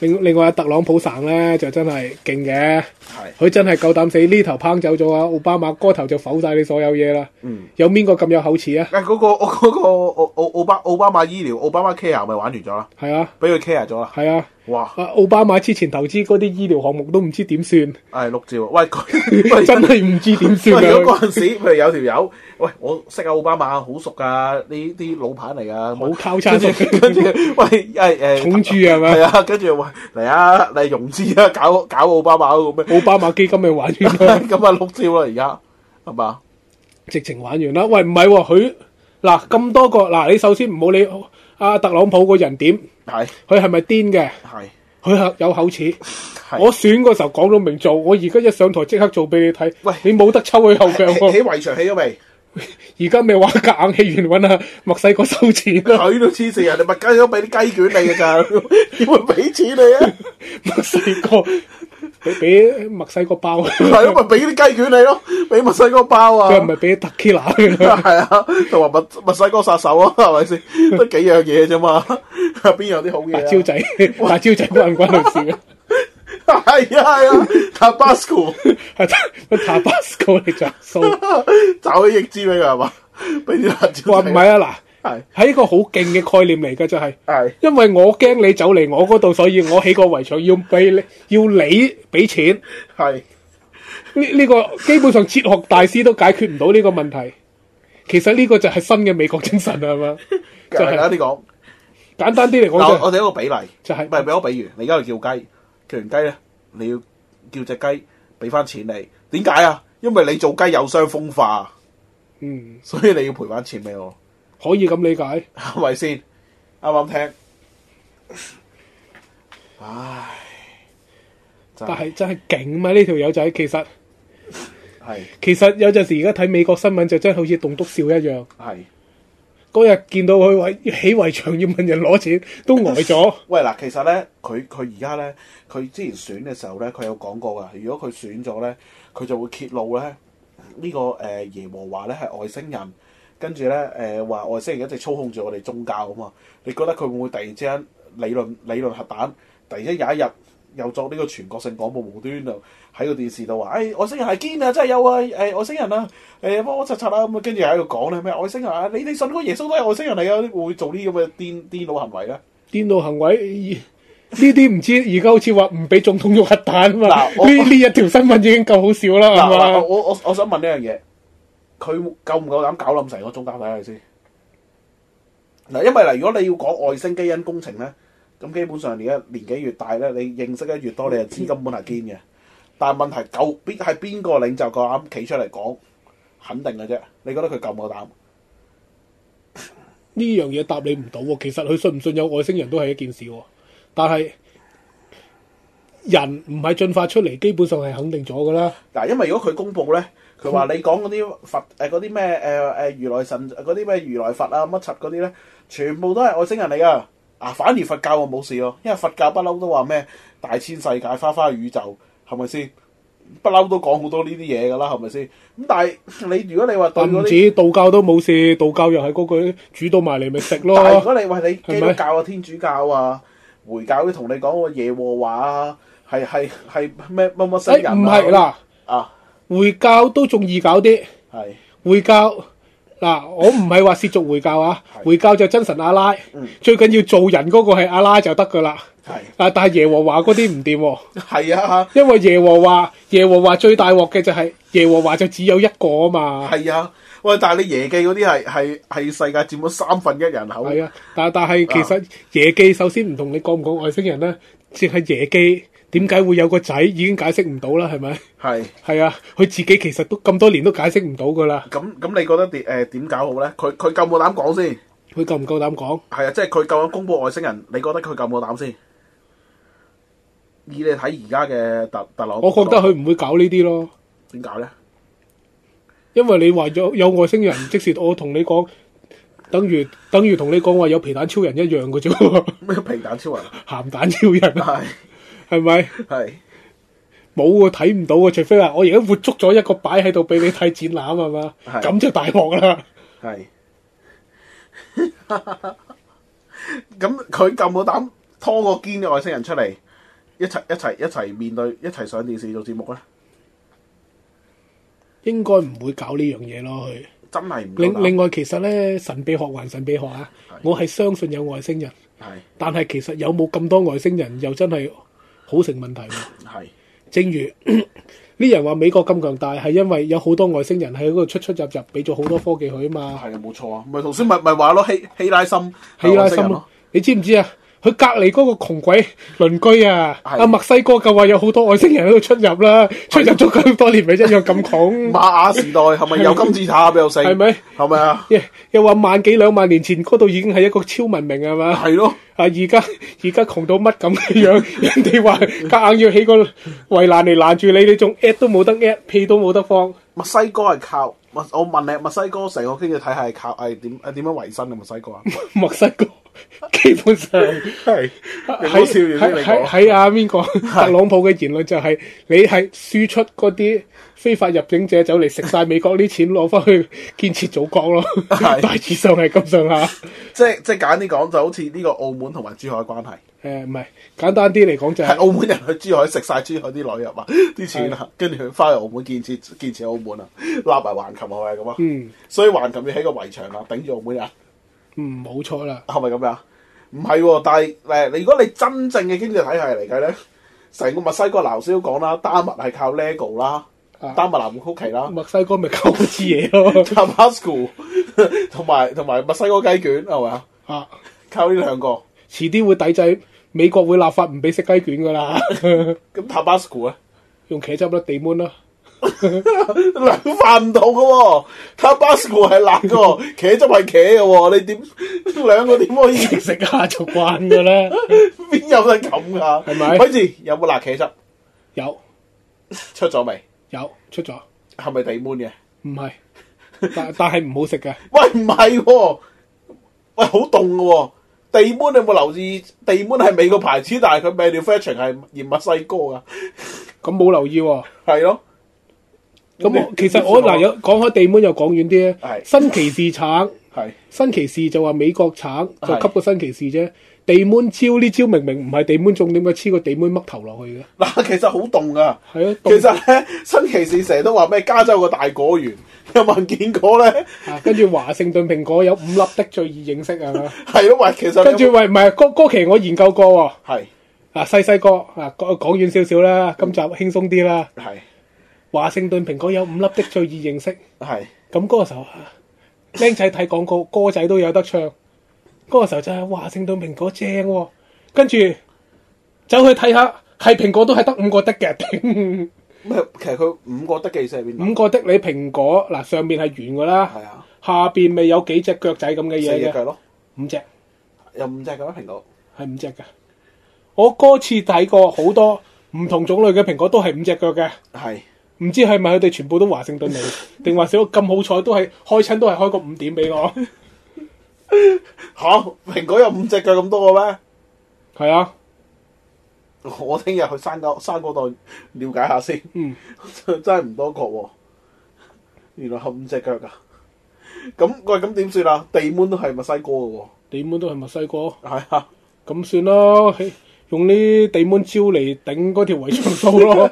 另另外阿特朗普省咧就真係勁嘅，係佢真係夠膽死呢頭抨走咗啊！奧巴馬嗰頭就否晒你所有嘢啦。嗯，有邊個咁有口齒啊？誒嗰個我嗰個奧奧奧巴奧巴馬醫療奧巴馬 care 咪玩完咗啦，係啊，俾佢 care 咗啦，係啊。哇！阿奧巴馬之前投資嗰啲醫療項目都唔知點算，係綠照，喂 佢喂真係唔知點算喂如果啊！嗰陣時，譬如有條友，喂我識阿奧巴馬，好熟㗎，呢啲老牌嚟㗎，好交叉 跟住跟住喂誒誒重注係係咪？啊，跟住喂嚟啊嚟融資啊，搞搞奧巴馬嗰個咩？奧巴馬基金咪玩完啦。 咁啊碌蕉啦，而家係嘛？直情玩完啦。喂，唔係喎，佢嗱咁多個嗱，你首先唔好理阿、特朗普個人點，係佢係咪癲嘅？係佢係有口齒。係。我選嗰時候講到明做，我而家一上台即刻做俾你睇。喂你冇得抽佢後腳起 喎。起圍牆起咗未？而家咪話夾硬起完揾啊墨西哥 收錢啦，佢都黐線，人哋麥雞都俾啲雞卷你㗎 咋，點會俾錢你啊？墨西哥俾俾墨西哥包，佢係咯，咪俾啲雞卷你咯，俾墨西哥包啊！唔係俾特基拿佢 啦。係啊，同埋墨墨西哥殺手啊，係咪先？得幾樣嘢啫嘛，邊有啲好嘢辣啊？椒仔，辣椒仔關唔關佢事啊？係啊係啊，Tabasco 係乜 Tabasco 嚟着數？找起翼枝俾佢係嘛？俾啲辣椒話唔仔係啊，嗱，係係一個好勁嘅概念嚟嘅，就係、係因為我驚你走嚟我嗰度，所以我起個圍牆要俾你，要你俾錢。係呢呢、個基本上哲學大師都解決唔到呢個問題。其實呢個就係新嘅美國精神啊啦，係 嘛？就簡單係、啲講，簡單啲嚟嗱我講我哋一個比例，就係唔係俾我比喻，你而家去叫雞，叫完雞咧，你要叫只雞俾翻錢你，點解啊？因為你做雞有傷風化， 嗯，所以你要賠翻錢俾我， 可以咁理解。係咪先？啱唔啱聽？唉，但但係真係勁嘛！呢條友仔其實係其實有陣時而家睇美國新聞就真係好似棟篤笑一樣。係。嗰日見到佢圍要起圍牆要問人攞錢，都呆 咗。喂嗱，其實咧，佢佢而家咧，佢之前選嘅時候咧，佢有講過噶。如果佢選咗咧，佢就會揭露咧呢、個誒、呃耶和華咧係外星人，跟住咧誒話外星人一直操控住我哋宗教啊嘛。你覺得佢會唔會突然之間理論理論核彈，突然之間有一日又作呢個全國性廣播無端就喺個電視度話，誒、外星人係堅啊，真係有啊，誒、外星人啊，誒乜乜柒柒啊咁啊，跟住喺度講咧咩外星人啊，你哋信嗰個耶穌都係外星人嚟啊，會唔會做呢啲咁嘅癲癲佬行為咧？癲佬行為呢啲唔知而家好似話唔俾總統用核彈啊嘛！嗱我呢呢一條新聞已經夠好笑啦，嗱嗱，係嘛？我我我想問呢樣嘢，佢夠唔夠膽搞冧成個宗教體系先？嗱，因為嗱，如果你要講外星基因工程咧，咁基本上而家年紀越大咧，你認識得越多，你就知根本係堅嘅。但係問題夠邊係邊個領袖夠膽企出嚟講，肯定嘅啫。你覺得佢夠唔夠膽？呢樣嘢答你唔到喎。其實佢信唔信有外星人都係一件事喎。但係人唔係進化出嚟，基本上係肯定咗噶啦。嗱，因為如果佢公佈咧，佢話你講嗰啲佛誒嗰啲咩誒誒如來神嗰啲咩如來佛啊乜柒嗰啲咧，全部都係外星人嚟噶。啊，反而佛教我冇事喎，因為佛教不嬲都話咩大千世界、花花宇宙，係咪先？不嬲都講好多呢啲嘢㗎啦，係咪 先？咁但係你如果你話對但嗰唔啲，止道教都冇事，道教又係嗰句煮到埋嚟咪食但係如咯。果你話你基係督咪教啊、天主教啊、回教都同你講個耶和華啊，係係係咩乜乜誒星人啊唔係，啦，啊回教都仲易搞啲。係回教嗱，我唔係話褻瀆回教啊，係嗯回教就真神阿拉，最緊要做人嗰個係阿拉就得噶啦。係啊，但係耶和華嗰啲唔掂喎，係啊嚇。因為耶和華耶和華最大鑊嘅就係、耶和華就只有一個啊嘛。係啊，喂！但係你耶記嗰啲係係係世界佔咗三分一人口，係啊，但但係其實耶記首先唔同你講唔講外星人咧，淨係耶記點解會有個仔已經解釋唔到啦，係咪？係係啊，佢自己其實都咁多年都解釋唔到噶啦，咁咁，你覺得點誒點搞好咧？佢佢夠冇膽講先，佢夠唔夠膽講？係啊，即係佢夠膽公佈外星人，你覺得佢夠冇膽先？以你睇而家嘅特特朗普，我覺得佢唔會搞呢啲咯。點搞咧？因為你話有有外星人，即使我同你講，等於等於同你講話有皮蛋超人一樣嘅啫喎， 咩平蛋超人？鹹蛋超 人啊係係咪？係冇啊，睇唔到啊，除非話我而家活捉咗一個擺喺度俾你睇展覽係嘛，係咁就大鑊啦。係。 咁佢夠冇膽拖個堅嘅外星人出嚟，一齊一齊一齊面對，一齊上電視做節目咧？應該唔會搞呢樣嘢咯，佢。真係唔夠另膽另外，其實咧神秘學還神秘學啊，我係相信有外星人，係但係其實有冇咁多外星人又真係好成問題 喎。係。正如 呢人話美國咁強大，係因為有好多外星人喺嗰度出出入入，俾咗好多科技佢啊嘛。係啊，冇錯啊，咪頭先咪咪話咯，希希拉森，希係拉外星森啊人咯，，你知唔知啊？佢隔離嗰個窮鬼鄰居啊，係阿墨西哥就話有好多外星人喺度出入啦，出入咗咁多年，咪一樣 咁窮。瑪雅時代係咪有金字塔又成？係咪係咪啊？又又話萬幾兩萬年前嗰度已經係一個超文明係嘛？係咯，啊！而家而家窮到乜咁嘅樣， 人哋話夾硬要起個圍欄嚟攔住你，你仲 at 都冇得 at，屁都冇得放。 墨西哥係靠墨，我問你，墨西哥成個經濟體系係靠係點係點樣維生嘅墨西哥啊？墨西哥基本上係你好 喺笑完先喺你喺講，喺阿邊個特朗普嘅言論就係你係輸出嗰啲非法入境者走嚟食晒美國啲錢攞翻去建設祖國咯，係 大致上係咁上下。即係即係簡單啲講，就好似呢個澳門同埋珠海嘅關係，誒唔係簡單啲嚟講就係係澳門人去珠海食晒珠海啲女入啊啲錢啊，跟住佢翻去澳門建設建設澳門啊，立埋橫琴係咪咁啊？嗯所以橫琴要起個圍牆啊，頂住澳門人。嗯，冇錯啦。係咪咁樣？啊唔係喎，但係誒，你如果你真正嘅經濟體系嚟計咧，成個墨西哥嗱頭先都講啦，丹麥係靠 LEGO 啦，啊丹麥南曲奇啦。 墨西哥咪搞好支嘢咯 t a m a s c o 同埋同埋墨西哥雞卷係咪啊？啊！靠呢兩個，遲啲會抵制美國會立法唔俾食雞卷噶啦， 咁啊 t a m a s c o 咧用茄汁啦、地捫啦， 兩飯唔同嘅喎 t a m a s c o 係辣嘅喎， 茄汁係茄嘅喎，你點 兩個點可以食食下就慣噶啦。邊有得咁㗎？係咪咪住有冇辣茄汁有出咗未？有出咗，係咪地滿嘅？唔係，但但係唔好食嘅。喂唔係喎，喂好凍嘅喎。地滿你有冇留意？地滿係美國牌子，但係佢 manufacturing 係而墨西哥㗎，咁冇留意喎。係咯。咁我你其實我你知道嗱有講開地門又講遠啲咧係，新奇士橙，係新奇士就話美國橙就係吸個新奇士啫。地門椒呢招明明唔係地門種，點解黐個地門嘜頭落去嘅？嗱，其實好凍㗎。係啊，其凍實咧，新奇士成日都話咩加州個大果園，有冇人見過咧？啊跟住華盛頓蘋果有五粒的最易認識係嘛？係咯，喂，其實跟住喂唔係嗰嗰期我研究過喎，係啊細細個啊講講遠少少啦，今集輕鬆啲啦。係華盛頓蘋果有五粒的最易認識。係咁嗰個時候，啊僆仔睇廣告，歌仔都有得唱。嗰個時候就係華盛頓蘋果正喎、跟住走去睇下，係蘋果都係得五個的嘅， 頂咩？其實佢五個得嘅意思係邊度？五個的你蘋果嗱上面係圓噶係啦，啊，下邊咪有幾隻腳仔咁嘅四嘢隻嘅，腳咯，五隻有五隻嘅咩蘋果？係五隻嘅。我嗰次睇過好多唔同種類嘅蘋果都係五隻腳嘅，係唔知係咪佢哋全部都華盛 頓嚟，定還是我咁好彩都係開親都係開個五點俾我，嚇，蘋果有五隻腳咁多嘅咩？係啊。 我聽日去山狗山嗰度了解下先。嗯， 真係唔多覺喎。原來係五隻腳㗎。咁喂，咁點算啊？地門都係墨西哥嘅喎。地滿都係墨西哥，係啊。咁算咯，嘿用呢地滿蕉嚟頂嗰條圍牆數 咯，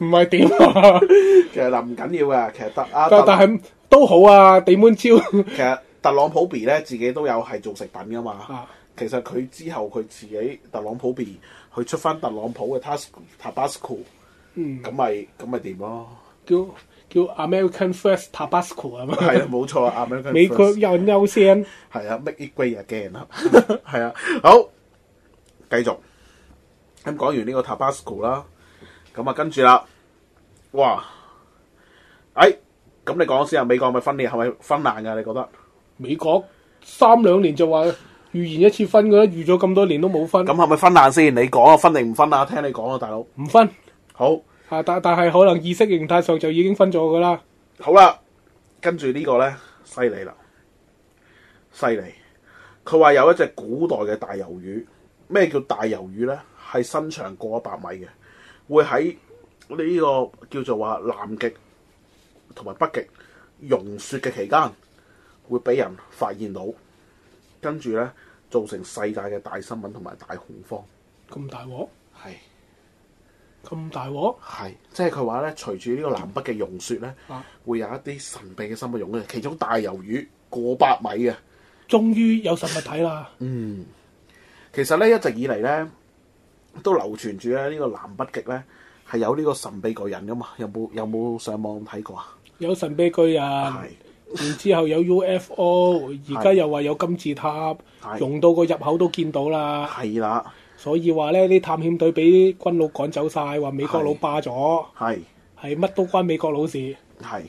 唔係點啊？ 其實嗱唔緊要嘅，其實特啊，但特但係都好啊，地滿蕉其實特朗普 B 咧自己都有係做食品噶嘛。啊，其實佢之後佢自己特朗普 B 去出翻特朗普嘅 Tas Tabasco，嗯咁咪咁咪掂 咯。叫叫 American First Tabasco 啊嘛，係啦，冇錯啊，American 美國 first 有優先，係啊，Make it great again 啦，係啊，好，繼續。咁講完呢個 Tabasco 啦，咁啊跟住啦，哇，哎，咁你講先啊，美國係咪分裂係咪分爛㗎？你覺得？美國三兩年就話預言一次分噶啦，預咗咁多年都冇分咁，係咪分爛先？你講啊，分定唔分啊？聽你講啊，大佬。唔分好，啊，但但係可能意識形態上就已經分咗噶啦，好啦，跟住呢個咧，犀利啦，犀利。佢話有一隻古代嘅大魷魚，咩叫大魷魚咧？係身長過一百米嘅，會喺呢個叫做話南極同埋北極融雪嘅期間，會俾人發現到，跟住咧造成世界嘅大新聞同埋大恐慌。咁大鑊，係。咁大鑊，係，即係佢話咧，隨住呢個南北嘅融雪咧，啊會有一啲神秘嘅生物湧嘅，其中大魷魚過百米啊嘅。終於有實物睇啦，嗯，其實咧一直以嚟咧都流傳住咧呢個南北極咧係有呢個神秘巨人噶嘛，有冇有冇上網睇過啊？有神秘巨人。係然之後有 UFO，而家又話有金字塔，係用到個入口都見到啦。係啦，所以話呢啲探險隊俾軍佬趕走晒，話美國佬霸咗，係係乜都關美國佬事。係。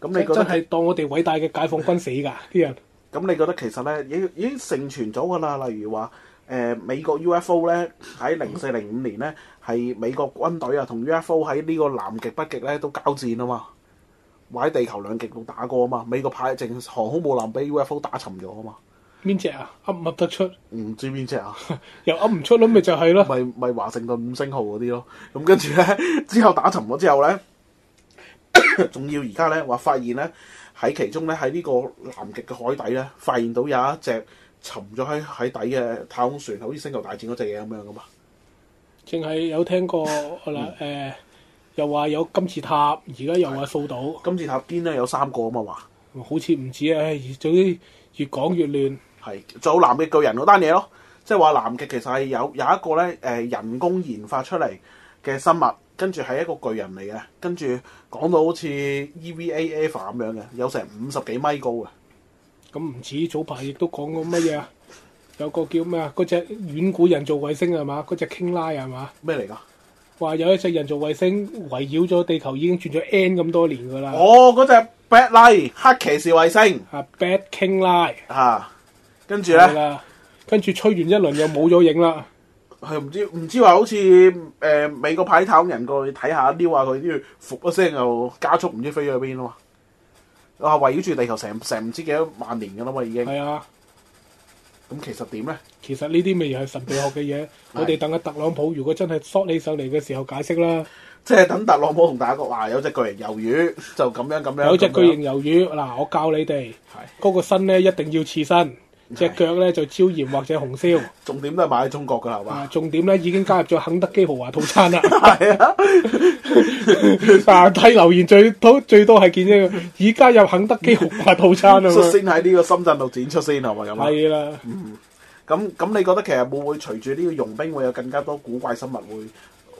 咁你真覺真得係當我哋偉大嘅解放軍死㗎啲人。咁你覺得其實咧已經已經盛傳咗㗎啦，例如話誒、呃美國 UFO 咧喺零四零五年咧係美國軍隊啊同 UFO 喺呢個南極北極咧都交戰啊嘛，話喺地球兩極度打過啊嘛，美國派淨航空母艦俾 UFO 打沉咗啊嘛，邊只啊？噏唔噏得出？唔知邊只啊？又噏唔出咯，咪就係咯。咪咪華盛頓五星號嗰啲咯。咁跟住咧， 之後打沉咗之後咧， 仲要而家咧話發現咧喺其中咧喺呢個南極嘅海底咧，發現到有一隻沉咗喺海底嘅太空船，好似星球大戰嗰只嘢咁樣噶嘛。淨係有聽過啦，誒，又話有金字塔，而家又話掃到，金字塔邊咧有三個啊嘛話，好似唔止啊。唉總之越講越亂。係仲有南極巨人嗰單嘢咯，即係話南極其實係有有一個咧誒、呃人工研發出嚟嘅生物，跟住係一個巨人嚟嘅，跟住講到好似 EVA Alpha 咁樣嘅，有成五十幾米高嘅。咁唔止早排亦都講過乜嘢啊？有個叫咩啊？嗰只遠古人造衛星係嘛？嗰只 King 拉係嘛？咩嚟㗎？話有一隻人造衛星圍繞咗地球已經轉咗 N 咁多年㗎啦。哦，嗰只 Bad Light 黑騎士衛星啊，Bad King 拉啊，跟住係咧，啦，跟住吹完一輪又冇咗影啦。佢唔知唔知話好似誒、呃美國派太空人過去睇下撩下佢，跟住伏一聲又加速唔知飛咗去邊啊嘛！啊，圍繞住地球成成唔知幾多萬年㗎啦嘛已經，係啊，咁其實點咧？其實呢啲咪又係神秘學嘅嘢。我哋等緊特朗普如果真係 short 你上嚟嘅時候解釋啦。即係等特朗普同大家講話有隻巨型魷魚 就咁樣咁樣，有隻咁樣巨型魷魚，嗱，我教你哋嗰個身咧一定要刺身，隻腳咧就椒鹽或者紅燒。重點都係買喺中國㗎啦係啊嘛，？重點咧已經加入咗肯德基豪華套餐啦。 係啊，啊，睇留言最多最多係見呢個已加入肯德基豪華套餐 啊嘛。 率先喺呢個深圳度展出先係咪咁啊？係啦，咁咁，你覺得其實會唔會隨住呢個傭兵會有更加多古怪生物會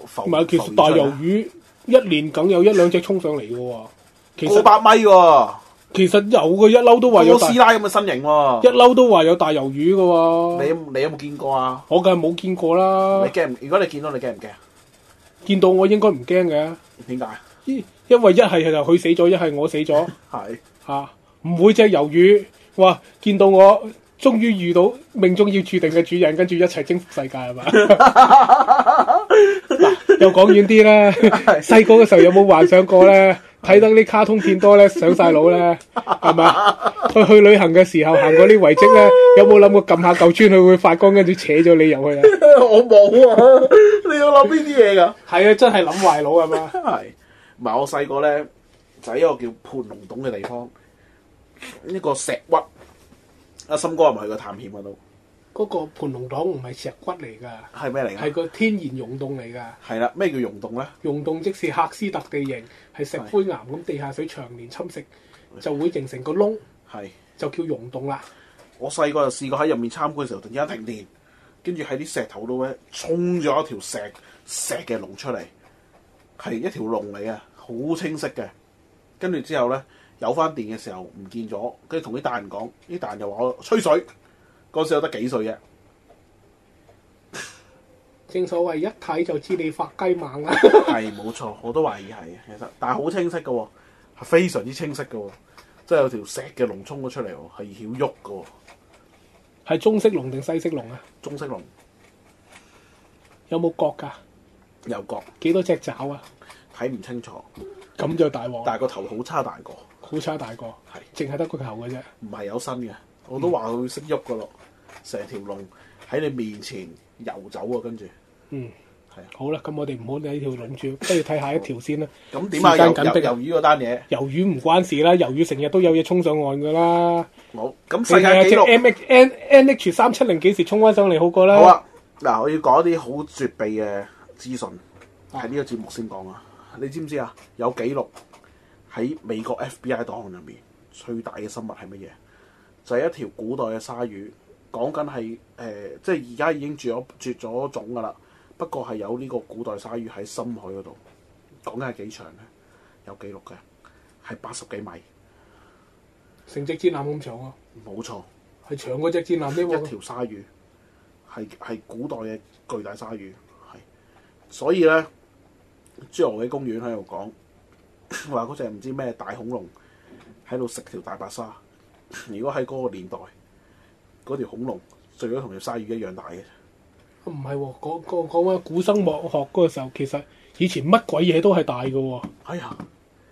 浮？唔係其實浮大現出嚟魷啊魚一年梗有一兩隻衝上嚟嘅喎。其過實百米喎，其實有嘅，一嬲都話有哥大，斯一拉咁嘅身形喎。嬲都話有大魷魚嘅你喎。有你有冇見過啊？我梗係冇見過你啦，驚唔？如果你見到你驚唔驚？見到我應該唔驚嘅，點解？因因為一係就佢死咗，一 係我死咗。 係嚇，啊唔會隻魷魚哇！見到我，終於遇到命中要注定嘅主人，跟住一齊征服世界係 嘛？嗱，又講遠啲啦。細個嘅時候有冇幻想過咧？睇得啲卡通片多咧，上晒腦咧，係嘛？ 去去旅行嘅時候行過啲遺跡咧，有冇諗過撳下嚿磚佢會發光，跟住扯咗你入去啊？我冇啊！你要諗呢啲嘢㗎？係啊，真係諗壞腦係嘛？係，唔係我細個咧就喺一個叫盤龍洞嘅地方，一個石窟。阿森哥係咪去過探險嗰度？嗰個盤龍黨唔係石骨嚟㗎，係咩嚟係㗎？個天然溶洞嚟㗎。係啦，咩叫溶洞咧？溶洞即是喀斯特地形，係石灰岩咁地下水長年侵蝕，就會形成個窿，係。就叫溶洞啦。我細個就試過喺入面參觀嘅時候，突然間停電，跟住喺啲石頭度咧衝咗一條石石嘅龍出嚟，係一條龍嚟嘅，好清晰嘅。跟住之後咧有翻電嘅時候唔見咗，跟住同啲大人講，啲大人又話我吹水，嗰時我得幾歲啫，正所謂一睇就知你發雞猛啦。 係冇錯，我都懷疑係嘅，其實但係好清晰嘅喎，係非常之清晰嘅喎，即係有條石嘅龍衝咗出嚟喎，係曉喐嘅喎，係中式龍定西式龍啊？中式龍有冇角㗎？右角幾多隻爪啊？睇唔清楚，咁就大鑊，但係個頭好差大個。好差大個，淨係得個頭嘅啫。唔係有身嘅，我都話佢識喐噶咯，成條龍喺你面前游走啊，跟住嗯，係啊好啦，咁我哋唔好理呢條 龍住，不如睇下一條先啦。咁點啊？時間游緊游迫啊游魚嗰單嘢魷魚唔關事啦，魷魚成日都有嘢衝上岸㗎啦。冇，咁你世界睇下隻紀錄 M H N N H 三七零幾時衝翻上嚟好過啦？好啊！嗱，我要講一啲好絕秘嘅資訊，喺呢個節目先講啊！你知唔知啊？有記錄喺美國 FBI 檔案入面最大嘅生物係乜嘢？就係、一條古代嘅鯊魚，講緊係誒，即係而家已經絕咗絕咗種噶啦。不過係有呢個古代鯊魚喺深海嗰度，講緊係幾長咧？有記錄嘅係八十幾米，成隻戰艦咁長啊！冇錯，係長嗰只戰艦呢一喎，條鯊魚係係古代嘅巨大鯊魚，係所以咧，侏羅紀公園喺度講 話嗰隻唔知咩大恐龍喺度食條大白鯊。 如果喺嗰個年代，嗰條恐龍最多同條鯊魚一樣大嘅，唔係喎，講講講翻古生物學嗰個時候，其實以前乜鬼嘢都係大嘅喎，哎呀！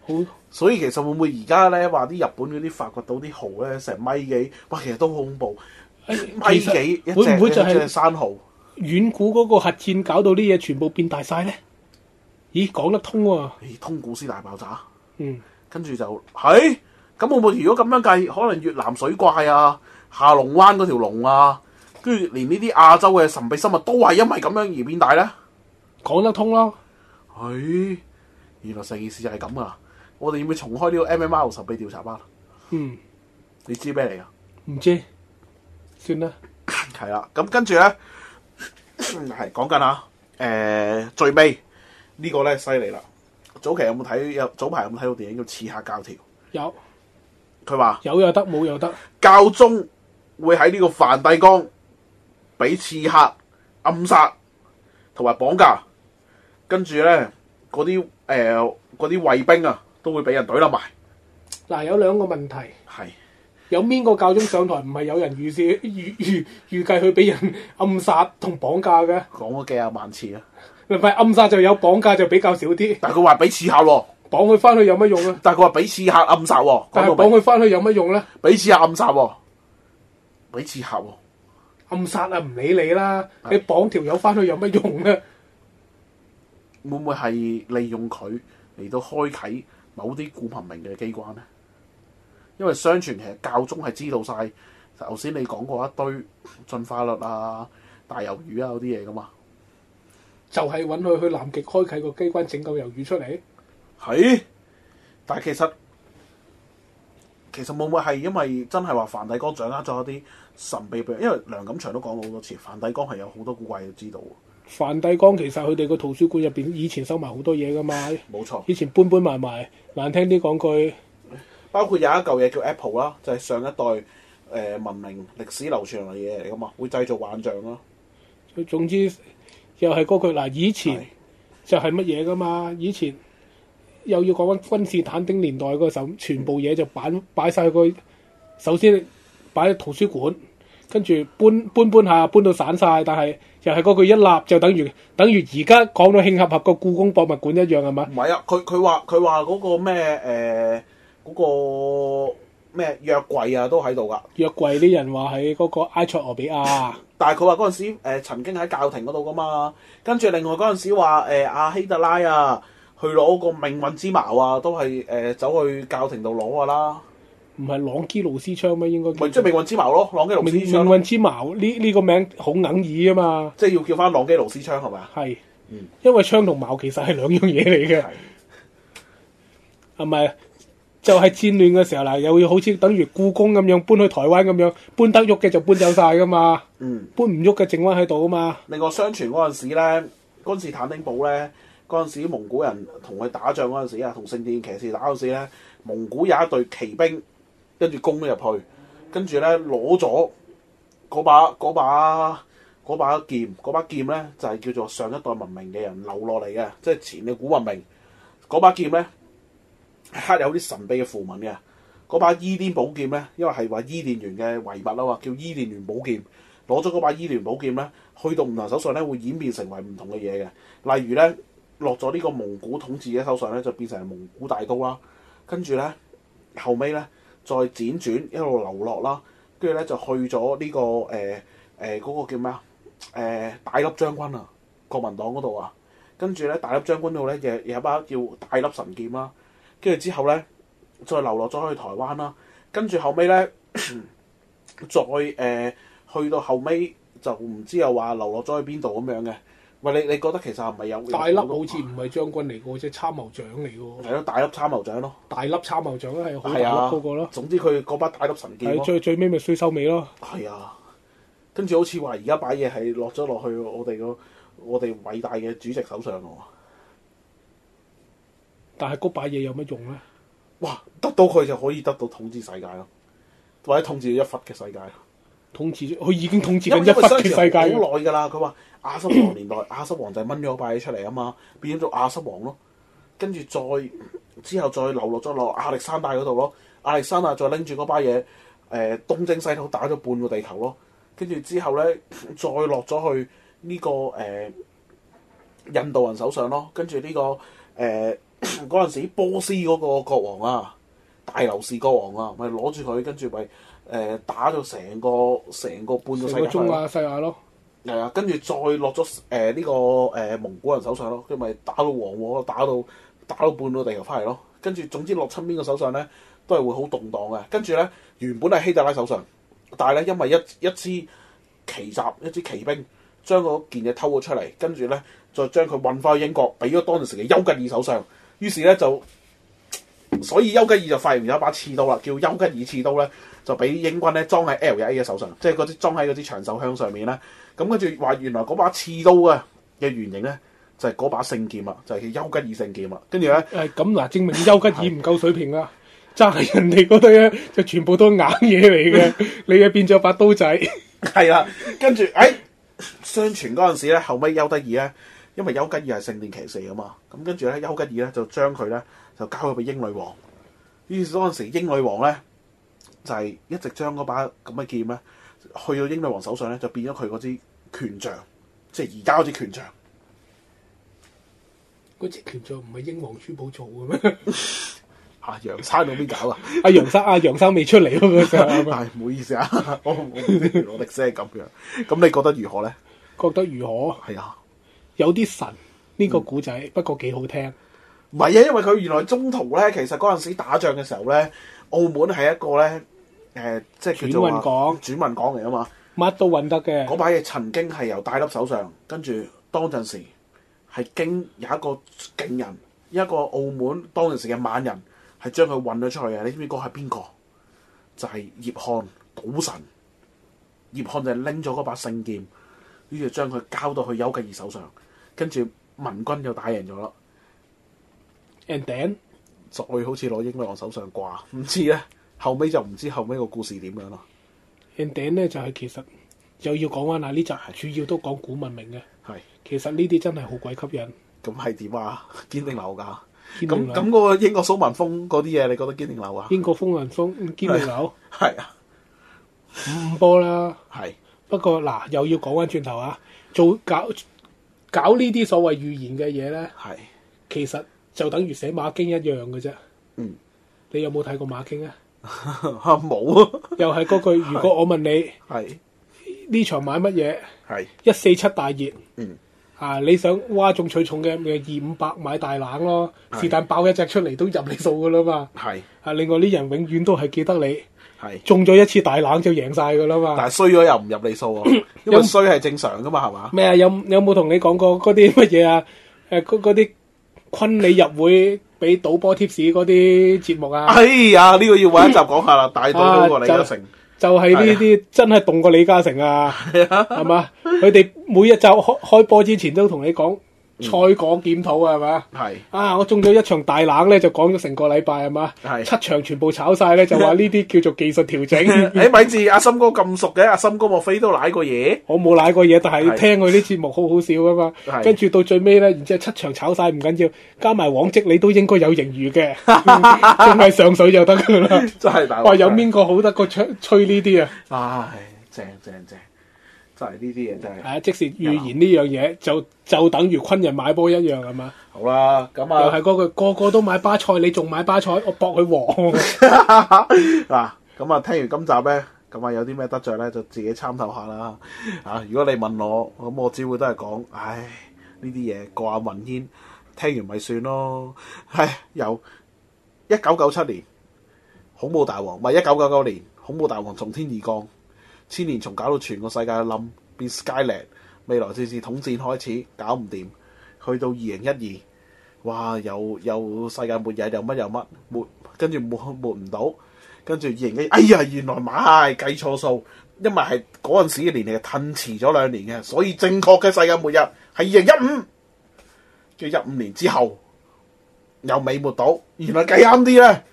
好所以其實會唔會而家咧話啲日本嗰啲發掘到啲蠔咧成米幾，哇！其實都好恐怖，米其幾實一隻會唔會就一隻係生蠔，遠古嗰個核戰搞到啲嘢全部變大晒咧？咦，講得通喎、咦通古斯大爆炸。嗯，跟住就係咁，我冇如果咁樣計，可能越南水怪啊、下龍灣嗰條龍啊，跟住連呢啲亞洲嘅神秘生物都係因為咁樣而變大咧。講得通咯，唉，原來成件事就係咁啊噶啦。我哋要唔要重開呢個 MMR 神秘調查班？嗯，啊你知咩嚟噶？唔唔知，算啦。係啦，咁跟住咧， 係講緊啊，誒、最尾、呢個咧犀利啦！早期有冇睇有早排有冇睇到電影叫《刺客教條》？有佢話有又得，冇又得，教宗會喺呢個梵蒂岡俾刺客暗殺同埋綁架，跟住咧嗰啲誒嗰啲衛兵啊都會俾人懟冧埋，嗱有兩個問題。係有邊個教宗上台唔係有人預示預預預計佢俾人暗殺同綁架嘅？講咗幾廿萬次啊啦。唔係暗殺就有，綁架就比較少啲。綁但係佢話俾刺客喎，佢翻去有乜 用啊？但係佢話俾刺客暗殺喎，但係講到綁明佢翻去有乜用咧？俾刺客暗殺喎，俾刺客喎。暗殺啊，唔理你啦！你綁條友翻去有乜用啊？會唔會係利用佢嚟到開啟某啲顧文明嘅機關呢？因為相傳其實教宗係知道晒頭先你講過一堆進化率啊、大魷魚啊嗰啲嘢噶嘛， 就係揾佢去南極開啟個機關整嚿魷魚出嚟。係。但係其實其實會唔會係因為真係話梵蒂岡掌握咗一啲神秘秘密？因為梁錦祥都講過好多次，梵蒂岡係有好多古怪嘅知道喎梵蒂岡其實佢哋個圖書館入邊以前收埋好多嘢噶嘛，冇錯。以前搬搬埋埋，難聽啲講句，包括有一嚿嘢叫 Apple 啦，就係上一代誒、呃文明歷史流傳嚟嘅嘢嚟噶嘛，會製造幻象咯。總之又係嗰句嗱，以前係就係乜嘢噶嘛？以前又要講翻君士坦丁年代嗰時候，全部嘢就擺擺曬去個首先擺喺圖書館，跟住搬搬搬下搬到散晒，但係又係嗰句一立就等於等於而家講到慶合合個故宮博物館一樣係嘛唔？係啊，佢佢話佢話嗰個咩誒嗰個咩約櫃啊都喺度噶，約櫃啲人話喺嗰個埃塞俄比亞，但係佢話嗰陣時、呃、曾經喺教廷嗰度噶嘛，跟住另外嗰陣時話誒阿希特拉啊去攞個命運之矛啊，都係誒、呃走去教廷度攞噶啦，唔係朗基路斯槍咩？應該叫咪即係命運之矛咯，朗基勞斯命命槍咯，運之矛呢呢個名好哽耳啊嘛，即係要叫翻朗基勞斯槍係咪啊？係，因為槍同矛其實係兩樣嘢嚟嘅。係咪？就係、戰亂嘅時候嗱，又要好似等於故宮咁樣搬去台灣咁樣，搬得喐嘅就搬走晒噶嘛，嗯。搬唔喐嘅剩翻喺度啊嘛。另外相傳嗰陣時咧，君士坦丁堡咧，嗰陣時蒙古人同佢打仗嗰陣時啊，同聖殿騎士打嗰陣時咧，蒙古有一隊騎兵跟住攻咗入去，跟住咧攞咗嗰把嗰把嗰把劍，嗰把劍咧就係、叫做上一代文明嘅人留落嚟嘅，即係前嘅古文明。嗰把劍咧係刻有啲神秘嘅符文嘅。嗰把伊甸寶劍咧，因為係話伊甸園嘅遺物啊嘛，叫伊甸園寶劍。攞咗嗰把伊甸寶劍咧，去到唔同人手上咧，會演變成為唔同嘅嘢嘅。例如咧，落咗呢個蒙古統治者手上咧，就變成蒙古大刀啦。跟住咧，後尾咧再輾轉一路流落啦，跟住咧就去咗呢、個誒誒嗰個叫咩啊？誒、大粒將軍啊，國民黨嗰度啊。跟住咧，大粒將軍度咧又有一把叫大粒神劍啦。跟住之後咧，再流落咗去台灣啦。跟住後尾咧， 再誒。呃去到後尾就唔知又話流落咗去邊度咁樣嘅。喂，你你覺得其實係咪有大粒好似唔係將軍嚟嘅喎，即係參謀長嚟嘅喎。係咯，大粒參謀長咯，大粒參謀長係好大係粒啊，嗰個咯。總之佢嗰把大粒神劍係咯，最最尾咪衰收尾咯，係啊。跟住好似話而家擺嘢係落咗落去我哋個我哋偉大嘅主席手上喎。但係嗰把嘢有乜用咧？哇！得到佢就可以得到統治世界咯，或者統治一忽嘅世界。統治佢已經統治因緊為一忽嘅相世傳界㗎。好耐㗎啦。佢話亞瑟王年代， 亞瑟王就係掹咗塊出嚟啊嘛，變咗做亞瑟王咯。跟住再之後再流落咗落亞歷山大嗰度咯，亞歷山大再拎住嗰把嘢，誒、東征西討打咗半個地球咯。跟住之後咧， 再落咗去呢、個誒、印度人手上咯。跟住呢個誒 嗰陣時波斯嗰個國王啊，大流士國王啊，咪攞住佢，跟住咪誒打咗成個成個半個世成界個中咯亞世亞咯，係啊，跟住再落咗誒呢個誒、呃蒙古人手上咯，佢咪打到黃禍，打到打到半個地球翻嚟咯。跟住總之落親邊個手上咧，都係會好動盪嘅。跟住咧，原本係希特拉手上，但係咧因為一一支奇襲，一支騎兵將嗰件嘢偷咗出嚟，跟住咧再將佢運翻去英國，俾咗當時嘅丘吉爾手上。於是咧就所以丘吉爾就發現有一把刺刀啦，叫丘吉爾刺刀咧，就俾英軍咧裝喺 L 一 A 嘅手上，即係嗰啲裝喺嗰支長手槍上面咧。咁跟住話原來嗰把刺刀啊嘅原型咧就係、嗰把聖劍啦，就係、叫丘吉爾聖劍啦。啊跟住咧。诶，哎咁嗱，證明丘吉爾唔夠水平啦，揸人哋嗰堆咧就全部都硬嘢嚟嘅， 你嘅變咗把刀仔，係啦，跟住誒，相傳嗰陣時咧，後尾丘吉爾咧，因為丘吉爾係聖殿騎士啊嘛，咁跟住咧，丘吉爾咧就將佢咧就交咗俾英女王。於是嗰陣時，英女王咧就係、一直將嗰把咁嘅劍咧，去到英女王手上咧，就變咗佢嗰支權杖，即係而家嗰支權杖。嗰隻權杖唔係英皇珠寶做嘅咩？啊！楊生到邊搞啊？ 阿楊生，阿楊生未出嚟嗰個時 候，係咪係唔好意思啊， 我我唔知原來歷史係咁樣。咁你覺得如何咧？覺得如何？係啊。有啲神呢個古仔，不過幾好聽。唔係啊，因為佢原來中途咧，其實嗰陣時打仗嘅時候咧，澳門係一個咧誒、呃即係叫做話轉運港轉運港嚟啊嘛。乜都揾得嘅嗰，把嘢曾經係由戴笠手上，跟住當陣時係經有一個勁人，一個澳門當陣時嘅猛人係將佢運咗出去嘅。你知唔知嗰個係邊個？就係、葉漢賭神。葉漢就拎咗嗰把聖劍，於是將佢交到去丘吉爾手上，跟住民軍就打贏咗啦。 and then 再好似攞英女王手上掛，唔知咧。後尾就唔知後尾個故事點樣啦。 and then 咧就係、其實又要講翻嗱呢集主要都講古文明嘅，係其實呢啲真係好鬼吸引。咁係點啊？堅定流噶。堅定咁流咁嗰個英國蘇民風嗰啲嘢，你覺得堅定流啊？英國風雲風 堅定流係啊，五五波啦。係不過嗱，又要講翻轉頭啊，做搞搞呢啲所謂預言嘅嘢咧， 係其實就等於寫馬經一樣嘅啫。嗯，你有冇睇過馬經啊？冇啊，又係嗰句，如果我問你係呢場買乜嘢？係一四七大熱，嗯啊，你想哗眾取寵嘅咪二五百買大冷咯，係是但爆一隻出嚟都入你數噶啦嘛。係啊，另外啲人永遠都係記得你係，中咗一次大冷就贏晒噶啦嘛。但係衰咗又唔入你數喎，因為衰係正常噶嘛，係嘛？咩啊？有有冇同你講過嗰啲乜 嘢啊？誒嗰嗰啲昆你入會俾賭波貼士嗰啲節目啊，哎呀，呢個要揾一集講下啦，大到都過李嘉誠，就係呢啲真係動過李嘉誠啊，係嘛？佢哋每一集開開波之前都同你講賽果檢討啊，係嘛？ 係啊！我中咗一場大冷咧，就講咗成個禮拜係嘛，係七場全部炒晒咧，就話呢啲叫做技術調 整。誒咪住，阿森哥咁熟嘅，阿森哥莫非都舐過 嘢？我冇舐過嘢，但係係聽佢啲節目好好笑噶嘛。係跟住到最尾咧，然之後七場炒晒唔緊要，加埋往績你都應該有盈餘 嘅，仲係上水就得噶啦。 真係大鑊。哇！有邊個好得過吹吹呢啲啊？唉，正正正，真係呢啲嘢真係係啊，即是預言呢樣嘢，就就等於昆人買波一樣係 嘛？好啦。咁又啊係，嗰句個個都買巴塞，你仲買巴塞，我搏佢黃。 嗱，咁啊，聽完今集咧，咁啊有啲咩得着咧，就自己參透下啦。啊，如果你問我，咁我只會都係講，唉，呢啲嘢過下雲煙，聽完咪算咯。 唉，由一九九七年恐怖大王，唔係一九九九年恐怖大王從天而降，千年蟲搞到全個世界冧，變 Skynet，未來戰士統戰開始搞唔掂，去到二零一二。哇！又又世界末日又乜又乜，末跟住末末唔到，跟住二零一，哎呀，原來買計錯數，因為係嗰陣時嘅年齡係褪遲咗兩年嘅，所以正確嘅世界末日係二零一五，跟住一五年之後又未末到，原來計啱啲咧，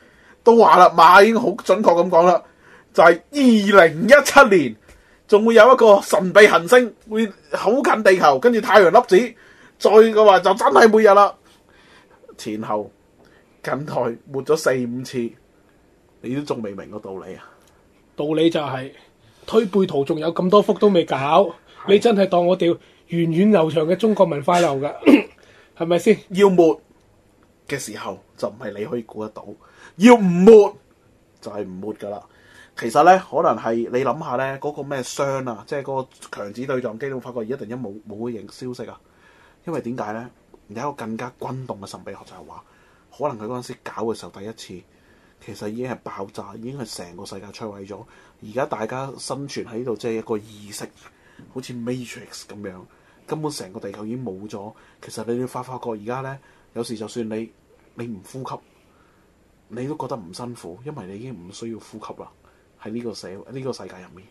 都話啦，馬已經好準確咁講啦，就係二零一七年。仲會有一個神秘行星會好近地球，跟住太陽粒子，再嘅話就真係每日啦。前後近台抹咗四五次，你都仲未明個道理啊！ 道理就係、推背圖仲有咁多幅都未搞，你真係當我哋源遠流長嘅中國文化流噶，係咪先？要抹嘅時候就唔係你可以估得到，要唔抹就係唔抹噶啦。其實咧，可能係你諗下咧，嗰、個咩箱啊，即係嗰個強子對撞機，你會發覺而家突然間冇冇嘅消息啊。因為點解咧？有一個更加轟動嘅神秘學就係話，可能佢嗰陣時搞嘅時候第一次，其實已經係爆炸，已經係成個世界摧毀咗。而家大家生存喺度，即係一個意識，好似 Matrix 咁樣，根本成個地球已經冇咗。其實你要發發覺而家咧，有時就算你你唔呼吸，你都覺得唔辛苦，因為你已經唔需要呼吸啦。喺呢個社呢、個世界入面，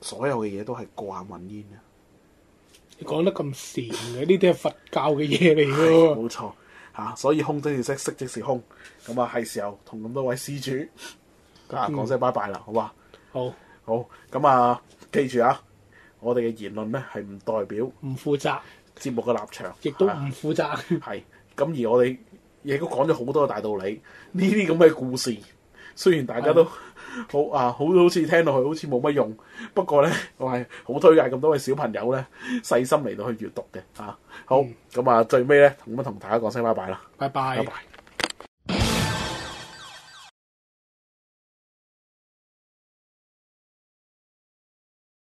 所有嘅嘢都係過眼雲煙嘅。你講得咁善嘅，呢啲係佛教嘅嘢嚟嘅喎。冇錯嚇、啊所以空即是色，色即是空。咁啊，係時候同咁多位施主啊講聲拜拜啦，好嘛？好，好咁啊，記住啊，我哋嘅言論咧係唔代表唔負責，節目嘅立場，亦都啊唔負責。係咁，而我哋亦都講咗好多嘅大道理，呢啲咁嘅故事，雖然大家都好啊，好好似聽落去好似冇乜用，不過咧，我係好推介咁多位小朋友咧，細嗯心嚟到去閱讀嘅啊。好，咁啊，最尾咧，咁啊，同大家講聲拜拜啦，拜拜拜拜。